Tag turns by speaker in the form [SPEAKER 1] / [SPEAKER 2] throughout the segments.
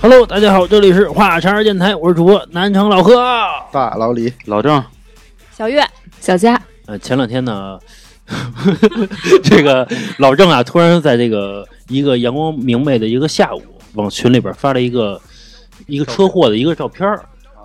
[SPEAKER 1] Hello，大家好，这里是话茬儿电台，我是主播南城老贺。
[SPEAKER 2] 大老李，
[SPEAKER 3] 老郑，
[SPEAKER 4] 小月，
[SPEAKER 5] 小佳，
[SPEAKER 1] 呃，前两天呢， 这个老郑啊，突然在这个一个阳光明媚的一个下午，往群里边发了一个一个车祸的一个照片儿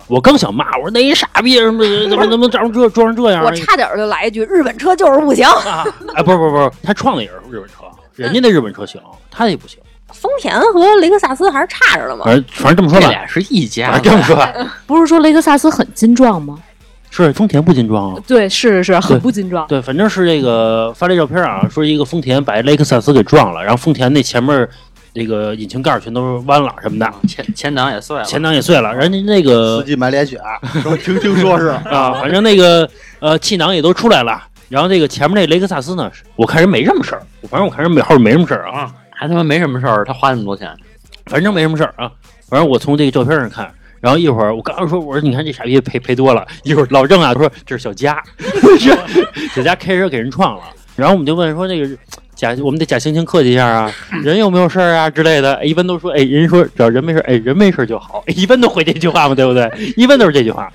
[SPEAKER 1] 我刚想骂，我说那一傻逼什么的怎么能长 这装成这样
[SPEAKER 4] 我？差点就来一句日本车就是不行，
[SPEAKER 1] 啊，哎，不是不是不是，他撞的也是日本车，人家那日本车行，他那不行。
[SPEAKER 4] 丰田和雷克萨斯还是差着的嘛。
[SPEAKER 1] 反正反正这么说
[SPEAKER 3] 这
[SPEAKER 1] 吧，
[SPEAKER 3] 俩是一家
[SPEAKER 1] 反正这么说吧，
[SPEAKER 5] 不是说雷克萨斯很精壮吗？
[SPEAKER 1] 是丰田不禁装啊。
[SPEAKER 5] 对，是是，很不精壮。
[SPEAKER 1] 对，反正是这个发这照片啊，说一个丰田把雷克萨斯给撞了，然后丰田那前面儿那个引擎盖儿全都是弯了什么的，
[SPEAKER 3] 前前挡也碎了，
[SPEAKER 1] 前挡也碎了，人家那
[SPEAKER 2] 司
[SPEAKER 1] 个
[SPEAKER 2] 机满脸血，说呃 听听说是
[SPEAKER 1] 啊，反正那个呃气囊也都出来了，然后这个前面那雷克萨斯呢，是我看人没什么事儿，我反正我看人没后面没什么事儿啊，
[SPEAKER 3] 还他妈没什么事儿，他花那么多钱，
[SPEAKER 1] 反正没什么事儿啊，反正我从这个照片上看。然后一会儿我刚刚说，我说你看这傻逼赔赔多了。一会儿老郑啊说这是小佳， 小佳开车给人撞了。然后我们就问说那个假，我们得假惺惺客气一下啊，人有没有事儿啊之类的。哎一般都说哎，人说只要人没事儿，哎人没事儿就好， 哎一般都回这句话嘛，对不对？一般都是这句话。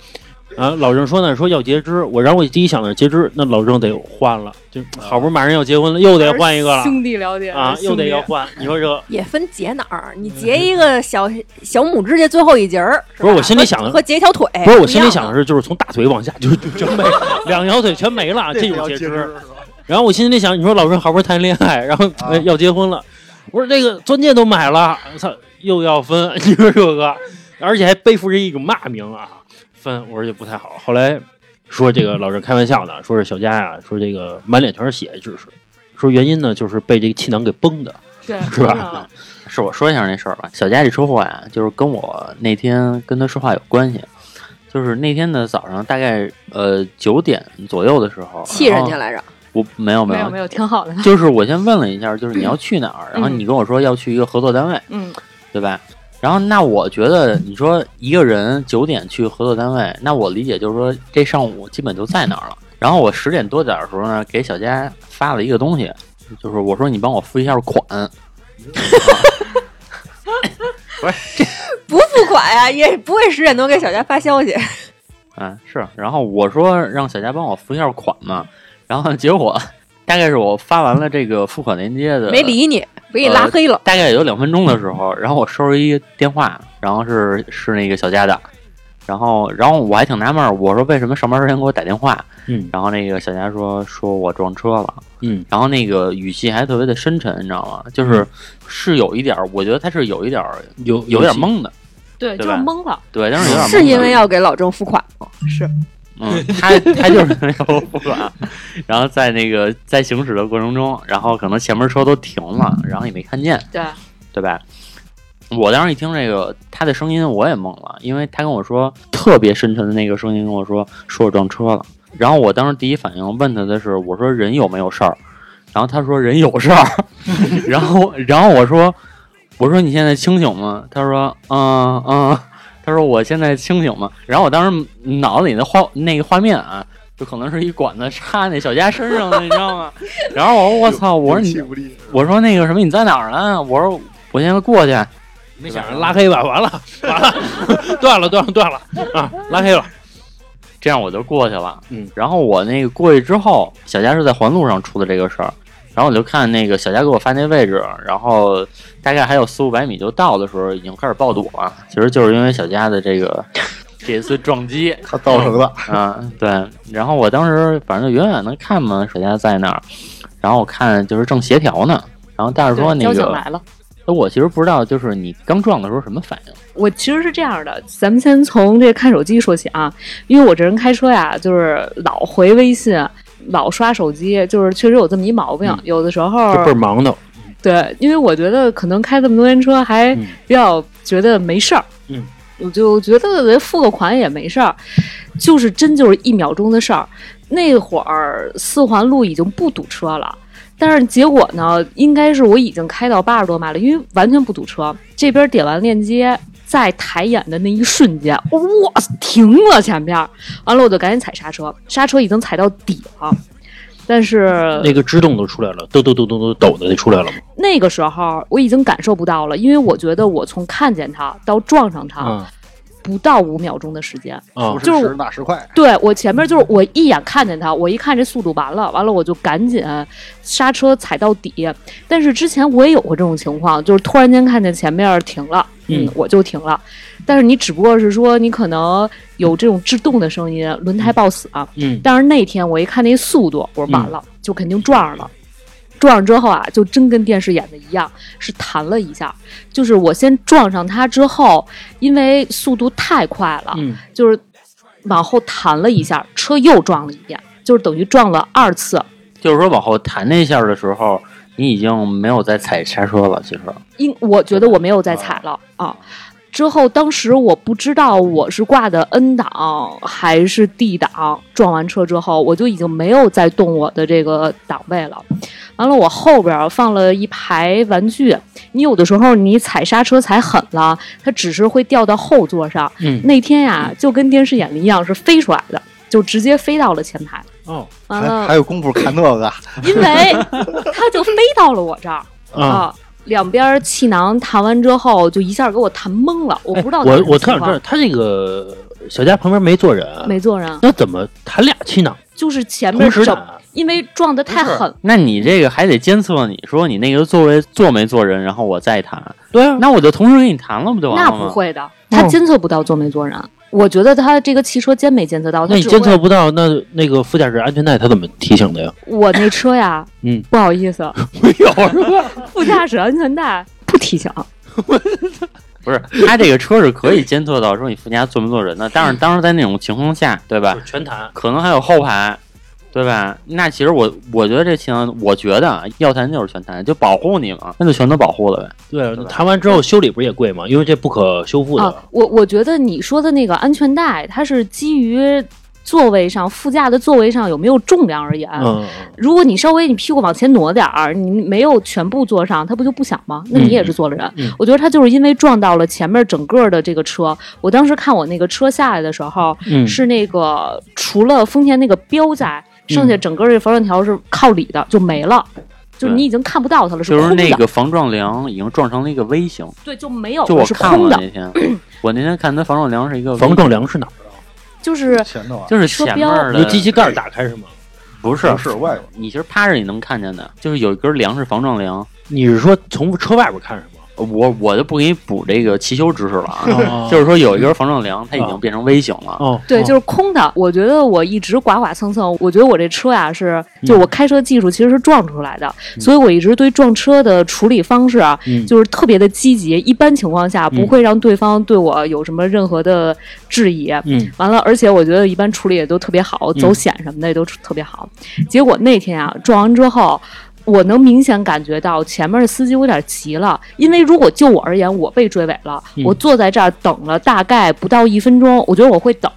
[SPEAKER 1] 啊，老郑说呢，说要截肢，我然后我第一想的是截肢，那老郑得换了，就好不容易马上要结婚了，又得换一个了
[SPEAKER 5] 兄弟了解
[SPEAKER 1] 啊，又得要换。你说这
[SPEAKER 4] 也分截哪儿，你截一个小小拇指甲最后一节儿，是
[SPEAKER 1] 不是
[SPEAKER 4] 吧
[SPEAKER 1] 我心里想的
[SPEAKER 4] 和和截一条腿
[SPEAKER 1] 不是，我
[SPEAKER 4] 哎一
[SPEAKER 1] 心里
[SPEAKER 4] 样
[SPEAKER 1] 想
[SPEAKER 4] 的
[SPEAKER 1] 的是，就是从大腿往下就 就全没，两条腿全没 了， 这种截肢。然后我心里想，你说老郑好不容易谈恋爱，然 后、呃
[SPEAKER 2] 啊
[SPEAKER 1] 要结婚了，我说这个钻戒都买了，我操，又要分， 你说这个，而且还背负着一种骂名啊，分，我说这不太好。后来说这个老郑开玩笑呢，说是小佳呀、说这个满脸全是血，只是说原因呢，就是被这个气囊给崩的，
[SPEAKER 5] 对，
[SPEAKER 1] 是吧
[SPEAKER 5] 真的？
[SPEAKER 3] 是我说一下那事儿吧。小佳这车祸呀，就是跟我那天跟他说话有关系。就是那天的早上，大概呃九点左右的时候，
[SPEAKER 4] 气人家
[SPEAKER 3] 了。
[SPEAKER 4] 来
[SPEAKER 1] 啊
[SPEAKER 4] 着，
[SPEAKER 3] 我没有
[SPEAKER 5] 没
[SPEAKER 3] 有
[SPEAKER 5] 有没有，挺好的。
[SPEAKER 3] 就是我先问了一下，就是你要去哪儿，然后你跟我说要去一个合作单位，
[SPEAKER 5] 嗯，
[SPEAKER 3] 对吧？然后那我觉得你说一个人九点去合作单位，那我理解就是说这上午基本就在那儿了。然后我十点多点儿的时候呢，给小佳发了一个东西，就是我说你帮我付一下款，
[SPEAKER 4] 不付款呀，也不会十点多给小佳发消息，
[SPEAKER 3] 嗯，是。然后我说让小佳帮我付一下款嘛，然后结果 大概是我发完了这个付款链接的，
[SPEAKER 4] 没理你，
[SPEAKER 1] 呃
[SPEAKER 4] 给你拉黑了。
[SPEAKER 3] 大概有两分钟的时
[SPEAKER 1] 嗯
[SPEAKER 3] 候，然后我收着一电话，然后是是那个小佳的，然后然后我还挺纳闷儿，我说为什么上班之前给我打电话？
[SPEAKER 1] 嗯
[SPEAKER 3] 然后那个小佳说说我撞车了，
[SPEAKER 1] 嗯，
[SPEAKER 3] 然后那个语气还特别的深沉，你知道吗？就是是有一点儿，我觉得他是有一点儿
[SPEAKER 1] 有
[SPEAKER 3] 有点，懵的，
[SPEAKER 5] 对，就
[SPEAKER 3] 对
[SPEAKER 5] 是
[SPEAKER 3] 吧
[SPEAKER 5] 懵了。
[SPEAKER 3] 对，但是有点懵的
[SPEAKER 4] 是因为要给老郑付款吗？
[SPEAKER 3] 嗯，他他就是没有不管， 然后在那个在行驶的过程中，然后可能前面车都停了，然后也没看见，
[SPEAKER 5] 对，
[SPEAKER 3] 对吧？我当时一听这个他的声音，我也懵了，因为他跟我说特别深沉的那个声音跟我说说我撞车了，然后我当时第一反应问他的是我说人有没有事儿，然后他说人有事儿， 然后然后我说我说你现在清醒吗？他说嗯嗯，他说我现在清醒吗？然后我当时脑子里的画那个画面啊。就可能是一管子插那小佳身上的，你知道吗？ 然后我说我操！我说你
[SPEAKER 2] 气不利，
[SPEAKER 3] 我说那个什么，你在哪儿呢？我说我现在过去。
[SPEAKER 1] 没想着拉黑吧，完了完了， 断了断了断了啊，拉黑了。
[SPEAKER 3] 这样我就过去了。
[SPEAKER 1] 嗯，
[SPEAKER 3] 然后我那个过去之后，小佳是在环路上出的这个事儿，然后我就看那个小佳给我发那位置，然后大概还有四五百米就到的时候，已经开始爆堵了。其实就是因为小佳的这个这次撞击，
[SPEAKER 2] 他造成的。
[SPEAKER 3] 啊，对。然后我当时反正就远远能看嘛，小佳在那儿，然后我看就是正协调呢。然后大是
[SPEAKER 5] 对
[SPEAKER 3] 说那
[SPEAKER 5] 交警
[SPEAKER 3] 个，呃
[SPEAKER 5] 来了。
[SPEAKER 3] 我其实不知道，就是你刚撞的时候什么反应。
[SPEAKER 5] 我其实是这样的，咱们先从这看手机说起啊，因为我这人开车呀，就是老回微信，老刷手机，就是确实有这么一毛病。
[SPEAKER 1] 嗯
[SPEAKER 5] 有的时候
[SPEAKER 1] 就倍儿忙的，
[SPEAKER 5] 对，因为我觉得可能开这么多年车还
[SPEAKER 1] 嗯
[SPEAKER 5] 比较觉得没事儿，
[SPEAKER 1] 嗯，
[SPEAKER 5] 我就觉得付个款也没事儿，就是真就是一秒钟的事儿。那会儿四环路已经不堵车了。但是结果呢，应该是我已经开到八十多码了，因为完全不堵车。这边点完链接，在抬眼的那一瞬间，哇，停了前边儿，完了我就赶紧踩刹车，刹车已经踩到底了，但是
[SPEAKER 1] 那个支动都出来了，抖抖抖抖抖抖的就出来了嘛。
[SPEAKER 5] 那个时候我已经感受不到了，因为我觉得我从看见他到撞上他、
[SPEAKER 1] 啊
[SPEAKER 5] 不到五秒钟的时间。
[SPEAKER 1] 啊
[SPEAKER 2] 不是
[SPEAKER 5] 就是
[SPEAKER 2] 十那十块，
[SPEAKER 5] 对我前面就是我一眼看见他，我一看这速度完了，完了我就赶紧刹车踩到底。但是之前我也有过这种情况，就是突然间看见前面停了，
[SPEAKER 1] 嗯
[SPEAKER 5] 我就停了。但是你只不过是说你可能有这种制动的声音，轮胎爆死啊。
[SPEAKER 1] 嗯
[SPEAKER 5] 但是那天我一看那速度，我说完了，就肯定撞上了。撞上之后啊，就真跟电视演的一样，是弹了一下。就是我先撞上它之后，因为速度太快了，
[SPEAKER 1] 嗯
[SPEAKER 5] 就是往后弹了一下，车又撞了一遍，就是等于撞了二次。
[SPEAKER 3] 就是说往后弹那一下的时候，你已经没有再踩刹车了。其实
[SPEAKER 5] 因我觉得我没有再踩了啊。之后当时我不知道我是挂的 N 档还是 D 档，撞完车之后我就已经没有再动我的这个档位了。完了，我后边放了一排玩具，你有的时候你踩刹车踩狠了，它只是会掉到后座上。
[SPEAKER 1] 嗯
[SPEAKER 5] 那天呀、就跟电视演的一样，是飞出来的，就直接飞到了前排。
[SPEAKER 1] 哦
[SPEAKER 5] 完了
[SPEAKER 2] 还，还有功夫看那个，
[SPEAKER 5] 因为它就飞到了我这儿
[SPEAKER 1] 啊！
[SPEAKER 5] 啊。两边气囊弹完之后，就一下给我弹懵了，我
[SPEAKER 1] 哎
[SPEAKER 5] 不知道它
[SPEAKER 1] 我
[SPEAKER 5] 是
[SPEAKER 1] 我
[SPEAKER 5] 什
[SPEAKER 1] 特想
[SPEAKER 5] 么情
[SPEAKER 1] 知道
[SPEAKER 5] 况。
[SPEAKER 1] 他这个小家旁边没坐人，
[SPEAKER 5] 没坐人，
[SPEAKER 1] 那怎么他俩气囊
[SPEAKER 5] 就是前面
[SPEAKER 1] 同时
[SPEAKER 5] 整，
[SPEAKER 1] 打？
[SPEAKER 5] 因为撞得太狠，
[SPEAKER 3] 那你这个还得监测你说你那个座位坐没坐人，然后我再 弹，
[SPEAKER 1] 对啊，
[SPEAKER 3] 那我就同时给你弹了，不就完
[SPEAKER 5] 那
[SPEAKER 3] 了吗？
[SPEAKER 1] 哦
[SPEAKER 5] 不会的，他监测不到坐没坐人。我觉得他这个汽车监没监测到，
[SPEAKER 1] 那
[SPEAKER 5] 他
[SPEAKER 1] 你
[SPEAKER 5] 只
[SPEAKER 1] 监测
[SPEAKER 5] 会
[SPEAKER 1] 不到，那那个副驾驶安全带他怎么提醒的呀？
[SPEAKER 5] 我那车呀，
[SPEAKER 1] 嗯，
[SPEAKER 5] 不好意 思，
[SPEAKER 1] 没有啊是吧？
[SPEAKER 5] 副驾驶安全带不提醒，
[SPEAKER 3] 不是，他这个车是可以监测到说你副驾坐没坐人的， 但是当时在那种情况下，对吧
[SPEAKER 1] 就？是全弹。
[SPEAKER 3] 可能还有后排，对吧？那其实我我觉得这情况，我觉得啊要谈就是全谈，就保护你嘛，那就全都保护了呗。
[SPEAKER 1] 对，啊弹完之后修理不是也贵吗？因为这不可修复
[SPEAKER 5] 啊
[SPEAKER 1] 的。，
[SPEAKER 5] 我我觉得你说的那个安全带，它是基于座位上副驾的座位上有没有重量而言。
[SPEAKER 1] 嗯，
[SPEAKER 5] 如果你稍微你屁股往前挪点儿，你没有全部坐上，它不就不响吗？那你也是坐了人。
[SPEAKER 1] 嗯嗯
[SPEAKER 5] 我觉得他就是因为撞到了前面整个的这个车。我当时看我那个车下来的时候，
[SPEAKER 1] 嗯
[SPEAKER 5] 是那个除了丰田那个标在，剩下整个这防撞条是靠里的，就没了。就
[SPEAKER 3] 嗯
[SPEAKER 5] 是
[SPEAKER 3] 对
[SPEAKER 5] 你已经看不到它了，
[SPEAKER 3] 就是
[SPEAKER 5] 空的，
[SPEAKER 3] 那个防撞梁已经撞成了一个微型，
[SPEAKER 5] 对，就没有
[SPEAKER 3] 就我
[SPEAKER 5] 哦了，是
[SPEAKER 3] 看
[SPEAKER 5] 空
[SPEAKER 3] 了
[SPEAKER 5] 的，
[SPEAKER 3] 那天，我那天看它防撞梁是一个
[SPEAKER 1] 防，撞梁是哪儿？
[SPEAKER 5] 就是
[SPEAKER 2] 前头啊，
[SPEAKER 3] 就是
[SPEAKER 5] 车
[SPEAKER 3] 前面
[SPEAKER 5] 标
[SPEAKER 3] 儿
[SPEAKER 1] 你
[SPEAKER 3] 的
[SPEAKER 1] 就机器盖儿打开是吗？
[SPEAKER 3] 不是
[SPEAKER 2] 不是外边，
[SPEAKER 3] 你其实趴着你能看见的，就是有一根梁是防撞梁。呃
[SPEAKER 1] 你是说从车外边看是吗？
[SPEAKER 3] 我我就不给你补这个汽修知识了啊，
[SPEAKER 1] 哦
[SPEAKER 3] 就是说有一根防撞梁，它已经变成微型了。
[SPEAKER 1] 哦，
[SPEAKER 5] 对，
[SPEAKER 1] 哦
[SPEAKER 5] 就是空的。我觉得我一直刮刮蹭蹭，我觉得我这车呀、是，
[SPEAKER 1] 嗯
[SPEAKER 5] 就我开车技术其实是撞出来的，所以我一直对撞车的处理方式啊，
[SPEAKER 1] 嗯
[SPEAKER 5] 就是特别的积极。一般情况下不
[SPEAKER 1] 嗯
[SPEAKER 5] 会让对方对我有什么任何的质疑。
[SPEAKER 1] 嗯
[SPEAKER 5] 完了，而且我觉得一般处理也都特别好，
[SPEAKER 1] 嗯
[SPEAKER 5] 走险什么的也都特别好。结果那天啊，撞完之后。我能明显感觉到前面的司机有点急了，因为如果就我而言，我被追尾了，
[SPEAKER 1] 嗯
[SPEAKER 5] 我坐在这儿等了大概不到一分钟，我觉得我会等，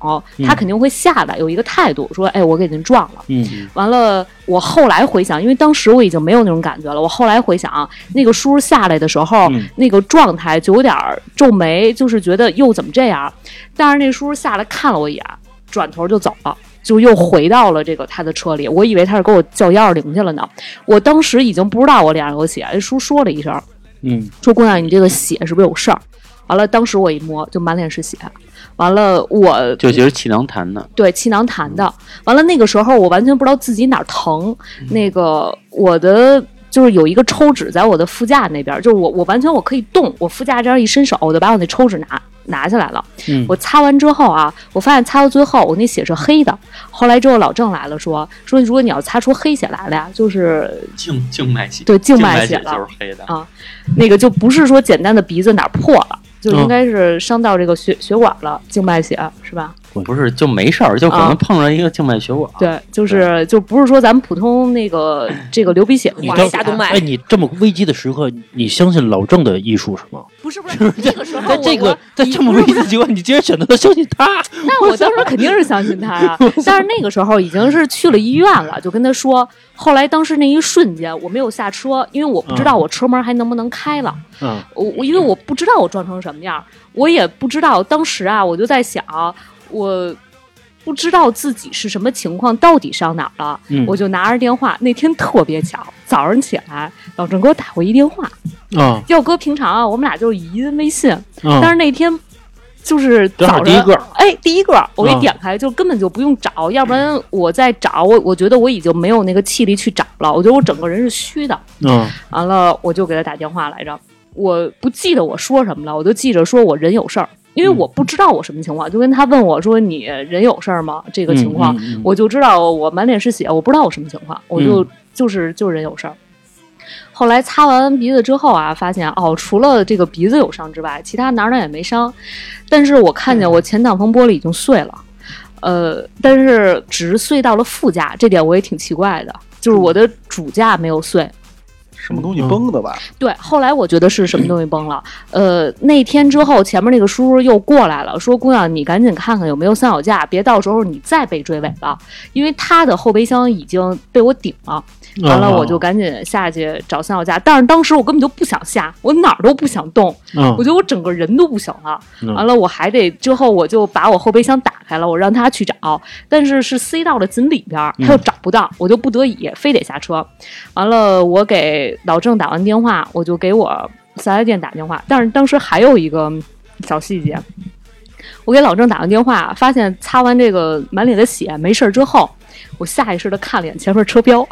[SPEAKER 5] 他肯定会下来有一个态度，说：“哎，我给您撞了。”
[SPEAKER 1] 嗯
[SPEAKER 5] 完了，我后来回想，因为当时我已经没有那种感觉了。我后来回想，那个叔叔下来的时候，
[SPEAKER 1] 嗯
[SPEAKER 5] 那个状态就有点儿皱眉，就是觉得又怎么这样。但是那叔叔下来看了我一眼，转头就走了。就又回到了这个他的车里，我以为他是给我叫幺二零去了呢。我当时已经不知道我脸上有血，那叔说了一声，
[SPEAKER 1] 嗯
[SPEAKER 5] 说姑娘，你这个血是不是有事儿？完了，当时我一摸就满脸是血，完了我
[SPEAKER 3] 就其实气囊弹的，
[SPEAKER 5] 对气囊弹的。完了那个时候我完全不知道自己哪儿疼，那个我的就是有一个抽纸在我的副驾那边儿，就是我我完全我可以动，我副驾这样一伸手，我就把我那抽纸拿拿下来了。
[SPEAKER 1] 嗯
[SPEAKER 5] 我擦完之后啊，我发现擦到最后我那血是黑的。后来之后老郑来了说说如果你要擦出黑血来了呀，就是
[SPEAKER 3] 静静脉血，
[SPEAKER 5] 对静
[SPEAKER 3] 静
[SPEAKER 5] 脉
[SPEAKER 3] 脉
[SPEAKER 5] 血
[SPEAKER 3] 就
[SPEAKER 5] 了。
[SPEAKER 3] 是黑的。
[SPEAKER 5] 那个就不是说简单的鼻子哪儿破了，就应该是伤到这个血血管了，静脉血是吧？
[SPEAKER 3] 不是，就没事儿，就可
[SPEAKER 5] 啊
[SPEAKER 3] 能碰上一个静脉血管。
[SPEAKER 5] 对，嗯就是就不是说咱们普通那 个这个流鼻血
[SPEAKER 1] 你
[SPEAKER 5] 划
[SPEAKER 1] 当
[SPEAKER 5] 一下
[SPEAKER 4] 大
[SPEAKER 5] 动
[SPEAKER 4] 动
[SPEAKER 5] 脉，
[SPEAKER 4] 脉
[SPEAKER 1] 哎，你这么危机的时刻，你相信老郑的艺术是吗？
[SPEAKER 5] 不是不 是那个时候
[SPEAKER 1] 在
[SPEAKER 5] 我
[SPEAKER 1] 这个
[SPEAKER 5] 我
[SPEAKER 1] 在这么危机的情况，你竟然选择了相信他？
[SPEAKER 5] 那我当时肯定是相信他 呀，但是那个时候已经是去了医院了，就跟他说。后来当时那一瞬间我没有下车，因为我不知道我车门还能不能开了。
[SPEAKER 1] 嗯
[SPEAKER 5] 我我因为我不知道我撞成什么样儿，我也不知道当时啊，我就在想，我不知道自己是什么情况，到底上哪儿了，
[SPEAKER 1] 嗯
[SPEAKER 5] 我就拿着电话。那天特别巧，早上起来老郑给我打过一电话。
[SPEAKER 1] 啊
[SPEAKER 5] 要搁平常啊，我们俩就是语音微信，
[SPEAKER 1] 啊
[SPEAKER 5] 但是那天就是
[SPEAKER 1] 正
[SPEAKER 5] 早
[SPEAKER 1] 好
[SPEAKER 5] 上
[SPEAKER 1] 第一个，
[SPEAKER 5] 哎，第一个我给
[SPEAKER 1] 嗯
[SPEAKER 5] 点开，就根本就不用找，要不然我再找，我我觉得我已经没有那个气力去找了，我觉得我整个人是虚的。
[SPEAKER 1] 嗯
[SPEAKER 5] 完了，我就给他打电话来着，我不记得我说什么了，我就记着说我人有事儿，因为
[SPEAKER 1] 嗯
[SPEAKER 5] 我不知道我什么情况，就跟他问我说你人有事儿吗？这个情况，
[SPEAKER 1] 嗯嗯嗯
[SPEAKER 5] 我就知道我满脸是血，我不知道我什么情况，我就、就是就是人有事儿。后来擦完鼻子之后啊，发现哦，除了这个鼻子有伤之外，其他哪儿哪儿也没伤。但是我看见我前挡风玻璃已经碎了，呃，但是只是碎到了副驾，这点我也挺奇怪的，就是我的主驾没有碎。
[SPEAKER 2] 什么东西崩的吧？
[SPEAKER 5] 对，后来我觉得是什么东西崩了。呃，那天之后，前面那个叔叔又过来了，说：“姑娘，你赶紧看看有没有三脚架，别到时候你再被追尾了。”因为他的后备箱已经被我顶了，完了我
[SPEAKER 1] 啊
[SPEAKER 5] 就赶紧下去找三脚架。但是当时我根本就不想下，我哪儿都不想动，
[SPEAKER 1] 嗯
[SPEAKER 5] 我觉得我整个人都不行了。
[SPEAKER 1] 嗯
[SPEAKER 5] 完了，我还得之后我就把我后备箱打开了，我让他去找，但是是塞到了紧里边儿，他又找不到，我就不得已非得下车。完了，我给老郑打完电话，我就给我四 S 店打电话，但是当时还有一个小细节，我给老郑打完电话，发现擦完这个满脸的血没事儿之后，我下意识的看了眼前面车标，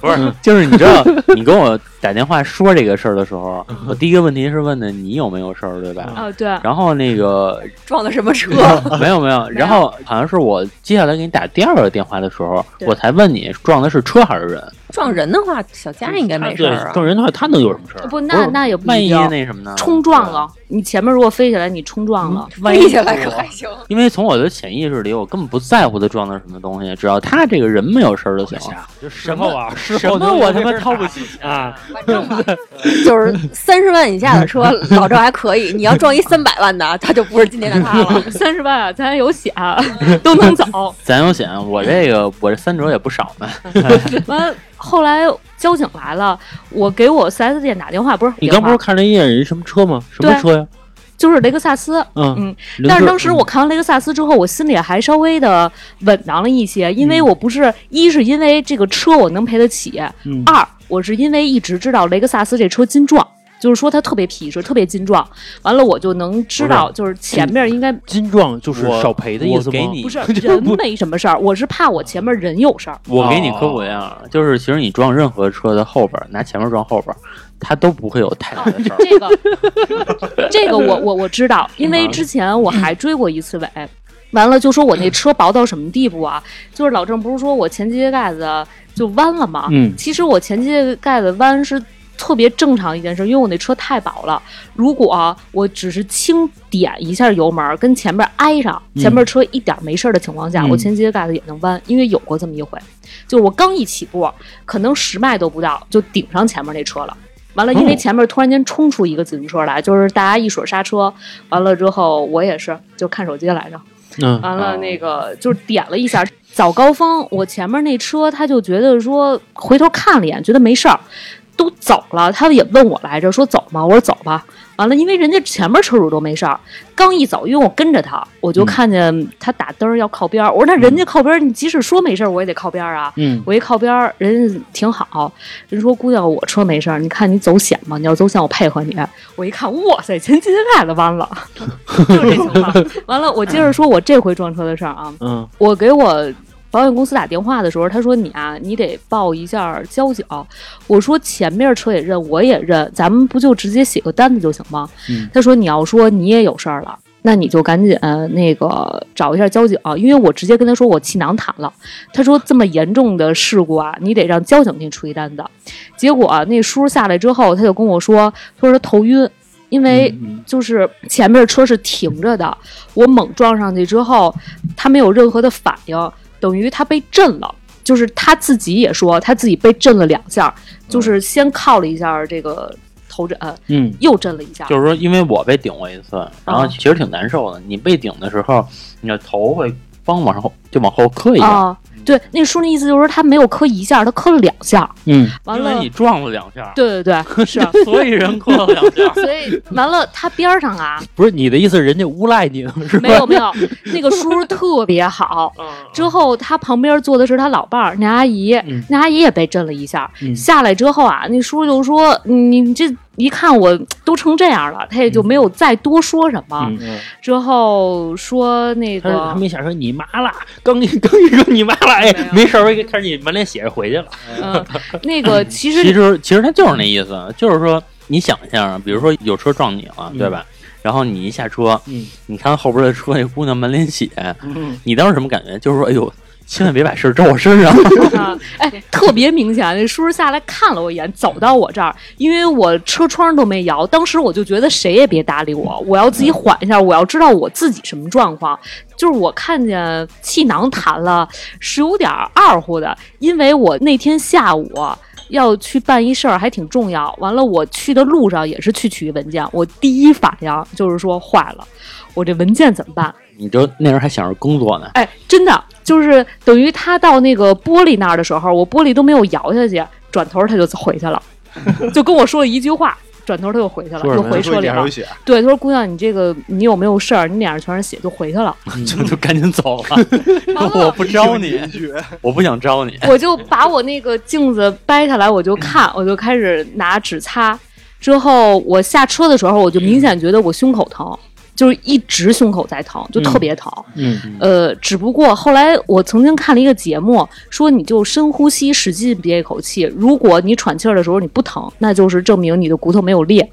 [SPEAKER 3] 不是，就是你知道，你跟我打电话说这个事儿的时候，我第一个问题是问的你有没有事儿，对吧？
[SPEAKER 5] 啊，对，
[SPEAKER 3] 然后那个
[SPEAKER 4] 撞的什么车？
[SPEAKER 3] 没有没有，然后好像是我接下来给你打第二个电话的时候，
[SPEAKER 5] 对啊
[SPEAKER 3] 我才问你撞的是车还是人？
[SPEAKER 4] 撞人的话，小佳应该没事儿
[SPEAKER 1] 对
[SPEAKER 4] 啊。
[SPEAKER 1] 撞人的话，他能有什么事儿？
[SPEAKER 5] 不，那那也不
[SPEAKER 3] 万
[SPEAKER 5] 一
[SPEAKER 3] 一
[SPEAKER 5] 定
[SPEAKER 3] 那什么呢？
[SPEAKER 5] 冲撞啊了，你前面如果飞起来，你冲撞了，
[SPEAKER 3] 对，万一
[SPEAKER 4] 立起来可还行。
[SPEAKER 3] 因为从我的潜意识里，我根本不在乎他撞的是什么东西，只要他这个人没有事儿就行。
[SPEAKER 1] 就什么啊？什
[SPEAKER 3] 什么我他妈掏不起
[SPEAKER 1] 啊！
[SPEAKER 4] 反正吧，就是三十万以下的车，老郑还可以。你要撞一三百万的，他就不是今天的他了。
[SPEAKER 5] 三十万啊咱有险 都能走。
[SPEAKER 3] 咱有险，我这个我这三折也不少呢。
[SPEAKER 5] 完，后来交警来了，我给我四 S 店打电话，不是
[SPEAKER 1] 你
[SPEAKER 5] 电
[SPEAKER 1] 刚
[SPEAKER 5] 话
[SPEAKER 1] 不是看了一眼人什么车吗？什么
[SPEAKER 5] 对
[SPEAKER 1] 车呀？
[SPEAKER 5] 就是雷克萨斯。
[SPEAKER 1] 嗯，
[SPEAKER 5] 嗯，
[SPEAKER 1] 凌
[SPEAKER 5] 但是
[SPEAKER 1] 志
[SPEAKER 5] 当时我看完雷克萨斯之后，我心里还稍微的稳当了一些，因为我不是一是因为这个车我能赔得起，
[SPEAKER 1] 嗯
[SPEAKER 5] 二我是因为一直知道雷克萨斯这车金撞，就是说它特别皮实，特别金撞，完了我就能知道就是前面应该
[SPEAKER 1] 嗯金撞就是
[SPEAKER 3] 我
[SPEAKER 1] 少赔的意思
[SPEAKER 3] 我
[SPEAKER 1] 吗？
[SPEAKER 3] 给你
[SPEAKER 5] 不是人没什么事儿，我是怕我前面人有事儿。
[SPEAKER 3] 我给你科普一下，啊，就是其实你撞任何车的后边儿，拿前面撞后边儿，它都不会有太大的事儿。
[SPEAKER 5] 这个，这个我我我知道，因为之前我还追过一次尾，完了就说我那车薄到什么地步啊？就是老郑不是说我前机械盖子就弯了吗？
[SPEAKER 1] 嗯
[SPEAKER 5] 其实我前机械盖子弯是特别正常一件事，因为我那车太薄了。如果啊我只是轻点一下油门，跟前面挨上，
[SPEAKER 1] 嗯
[SPEAKER 5] 前面车一点没事儿的情况下，
[SPEAKER 1] 嗯
[SPEAKER 5] 我前机械盖子也能弯，因为有过这么一回，就是我刚一起步，可能十迈都不到就顶上前面那车了。完了，因为
[SPEAKER 1] 哦
[SPEAKER 5] 前面突然间冲出一个自行车来，就是大家一水刹车，完了之后我也是就看手机来着，
[SPEAKER 1] 嗯
[SPEAKER 5] 完了
[SPEAKER 3] 哦
[SPEAKER 5] 那个就是点了一下早高峰，我前面那车他就觉得说回头看了一眼，觉得没事儿，都走了，他也问我来着说走吗？我说走吧。完了，因为人家前面车主都没事儿，刚一走，因为我跟着他，我就
[SPEAKER 1] 嗯
[SPEAKER 5] 看见他打灯儿要靠边儿。我说那人家靠边儿，你即使说没事儿，我也得靠边儿啊。
[SPEAKER 1] 嗯
[SPEAKER 5] 我一靠边儿，人家挺好，人说姑娘我车没事儿，你看你走险吗？你要走险我配合你。我一看，哇塞，前进盖子弯了，就这情况。完了，我接着说我这回撞车的事儿啊，
[SPEAKER 1] 嗯
[SPEAKER 5] 我给我。保险公司打电话的时候，他说：“你啊，你得报一下交警。”我说：“前面车也认，我也认，咱们不就直接写个单子就行吗？”
[SPEAKER 1] 嗯
[SPEAKER 5] 他说：“你要说你也有事儿了，那你就赶紧、呃那个找一下交警、啊因为我直接跟他说我气囊弹了。”他说这么严重的事故啊，你得让交警给你出一单子。结果、啊那叔下来之后，他就跟我说，他说他头晕，因为
[SPEAKER 1] 嗯
[SPEAKER 5] 就是前面车是停着的，我猛撞上去之后，他没有任何的反应，等于他被震了。就是他自己也说，他自己被震了两下，就是先靠了一下这个头枕，呃
[SPEAKER 1] 嗯
[SPEAKER 5] 又震了一下。
[SPEAKER 3] 就是说，因为我被顶过一次，然后
[SPEAKER 5] 啊
[SPEAKER 3] 其实挺难受的。你被顶的时候，你的头会帮往后就往后磕一下，嗯
[SPEAKER 5] 啊，对，那书那意思就是说他没有磕一下，他磕了两下，
[SPEAKER 1] 嗯，
[SPEAKER 5] 完
[SPEAKER 3] 因
[SPEAKER 5] 了
[SPEAKER 3] 为你，撞了两下，
[SPEAKER 5] 对对 对，是。啊
[SPEAKER 3] 所以人磕了两下。
[SPEAKER 5] 所以完了，他边儿上啊，
[SPEAKER 1] 不是你的意思，人家诬赖你了 是吧？
[SPEAKER 5] 没有没有，那个叔特 别好，之后他旁边坐的是他老伴儿那阿姨，
[SPEAKER 1] 嗯
[SPEAKER 5] 那阿姨也被震了一下。
[SPEAKER 1] 嗯
[SPEAKER 5] 下来之后啊，那叔就说：“你你这一看我都成这样了。”他也就没有再多说什么。
[SPEAKER 1] 嗯
[SPEAKER 2] 嗯，
[SPEAKER 5] 之后说那
[SPEAKER 1] 他他
[SPEAKER 5] 个
[SPEAKER 1] 没想说你妈啦， 刚一刚一说你妈啦，哎
[SPEAKER 5] 没有，
[SPEAKER 1] 没事儿，我一看你满脸血回去了。
[SPEAKER 5] 嗯，那个其
[SPEAKER 3] 其
[SPEAKER 5] 实
[SPEAKER 3] 实其实他就是那意思，就是说你想一下，啊比如说有车撞你了，对吧？然后你一下车，
[SPEAKER 1] 嗯
[SPEAKER 3] 你看后边的车那姑娘满脸血，
[SPEAKER 2] 嗯
[SPEAKER 3] 你当时什么感觉？就是说，哎呦，千万别把事儿招我身上。
[SPEAKER 5] 啊，哎， 特别明显，那叔叔下来看了我一眼，走到我这儿，因为我车窗都没摇，当时我就觉得谁也别搭理我，我要自己缓一下，我要知道我自己什么状况。就是我看见气囊弹了，是有点儿二乎的，因为我那天下午。要去办一事儿，还挺重要。完了，我去的路上也是去取一文件，我第一反应就是说坏了，我这文件怎么办？
[SPEAKER 3] 你就那时候还想着工作呢，
[SPEAKER 5] 哎，真的就是等于他到那个玻璃那儿的时候，我玻璃都没有摇下去，转头他就回去了，就跟我说了一句话，转头他又回去了，
[SPEAKER 1] 说什
[SPEAKER 5] 又
[SPEAKER 1] 么呀
[SPEAKER 5] 嗯回车里
[SPEAKER 2] 脸
[SPEAKER 5] 了
[SPEAKER 2] 有。血，
[SPEAKER 5] 对，他说：“姑娘，你这个你有没有事儿？你脸上全是血，就回去了。
[SPEAKER 3] 就就赶紧走了。
[SPEAKER 5] 完
[SPEAKER 3] 我
[SPEAKER 5] 了，
[SPEAKER 3] 不招你，
[SPEAKER 2] 一句
[SPEAKER 3] 我不想招你。
[SPEAKER 5] 我就把我那个镜子掰下来，我就看，我就开始拿纸擦。之后我下车的时候，我就明显觉得我胸口疼，就是一直胸口在疼，就特别疼。
[SPEAKER 1] 嗯
[SPEAKER 5] 呃，只不过后来我曾经看了一个节目，说你就深呼吸，使劲憋一口气。如果你喘气儿的时候你不疼，那就是证明你的骨头没有裂。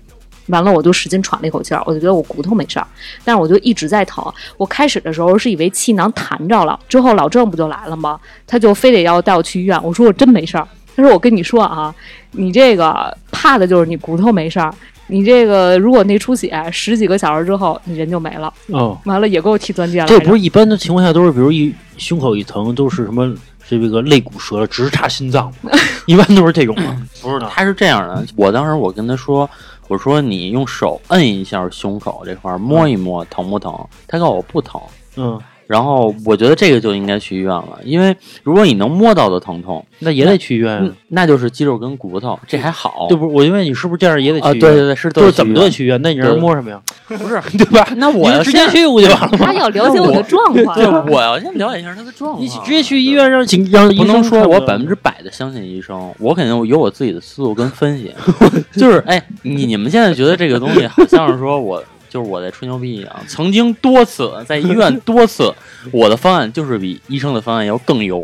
[SPEAKER 5] 完了，我就使劲喘了一口气儿，我就觉得我骨头没事儿，但是我就一直在疼。我开始的时候是以为气囊弹着了，之后老郑不就来了吗？他就非得要带我去医院。我说我真没事儿。他说我跟你说啊，你这个怕的就是你骨头没事儿，你这个如果内出血十几个小时之后，你人就没了。
[SPEAKER 1] 哦，
[SPEAKER 5] 完了也给我剃钻戒了。
[SPEAKER 1] 这不是一般的情况下都是，比如一胸口一疼都是什么这个肋骨折了，直插心脏 嘛，一般都是这种嘛。不是的，
[SPEAKER 3] 他是这样的，我当时我跟他说，我说你用手摁一下胸口这块儿，摸一摸疼不疼？他告诉我不疼。
[SPEAKER 1] 嗯，
[SPEAKER 3] 然后我觉得这个就应该去医院了，因为如果你能摸到的疼痛，
[SPEAKER 1] 那也得去医院
[SPEAKER 3] 嗯
[SPEAKER 1] 啊。，
[SPEAKER 3] 那就是肌肉跟骨头，这还好。
[SPEAKER 1] 对不是？我就问你是不是这样也得去医
[SPEAKER 3] 啊，
[SPEAKER 1] 院？
[SPEAKER 3] 对对对，是
[SPEAKER 1] 就
[SPEAKER 3] 得
[SPEAKER 1] 是怎么
[SPEAKER 3] 去医
[SPEAKER 1] 都得
[SPEAKER 3] 院
[SPEAKER 1] 去医院。那你让人摸什么呀？
[SPEAKER 3] 不是？
[SPEAKER 1] 对吧？
[SPEAKER 3] 那我
[SPEAKER 1] 你
[SPEAKER 3] 要
[SPEAKER 1] 就直接去不就完了吗？
[SPEAKER 5] 他要了解我的状况。啊
[SPEAKER 3] 对，我要先了解一下他的状况。
[SPEAKER 1] 你直接去医院让警让医
[SPEAKER 3] 不
[SPEAKER 1] 生
[SPEAKER 3] 能说我
[SPEAKER 1] 看
[SPEAKER 3] 百分之百的相信医生，我肯定有我自己的思路跟分析。 就是哎，你你们现在觉得这个东西好像是说我就是我在吹牛逼一样，曾经多次在医院多次，我的方案就是比医生的方案要更优，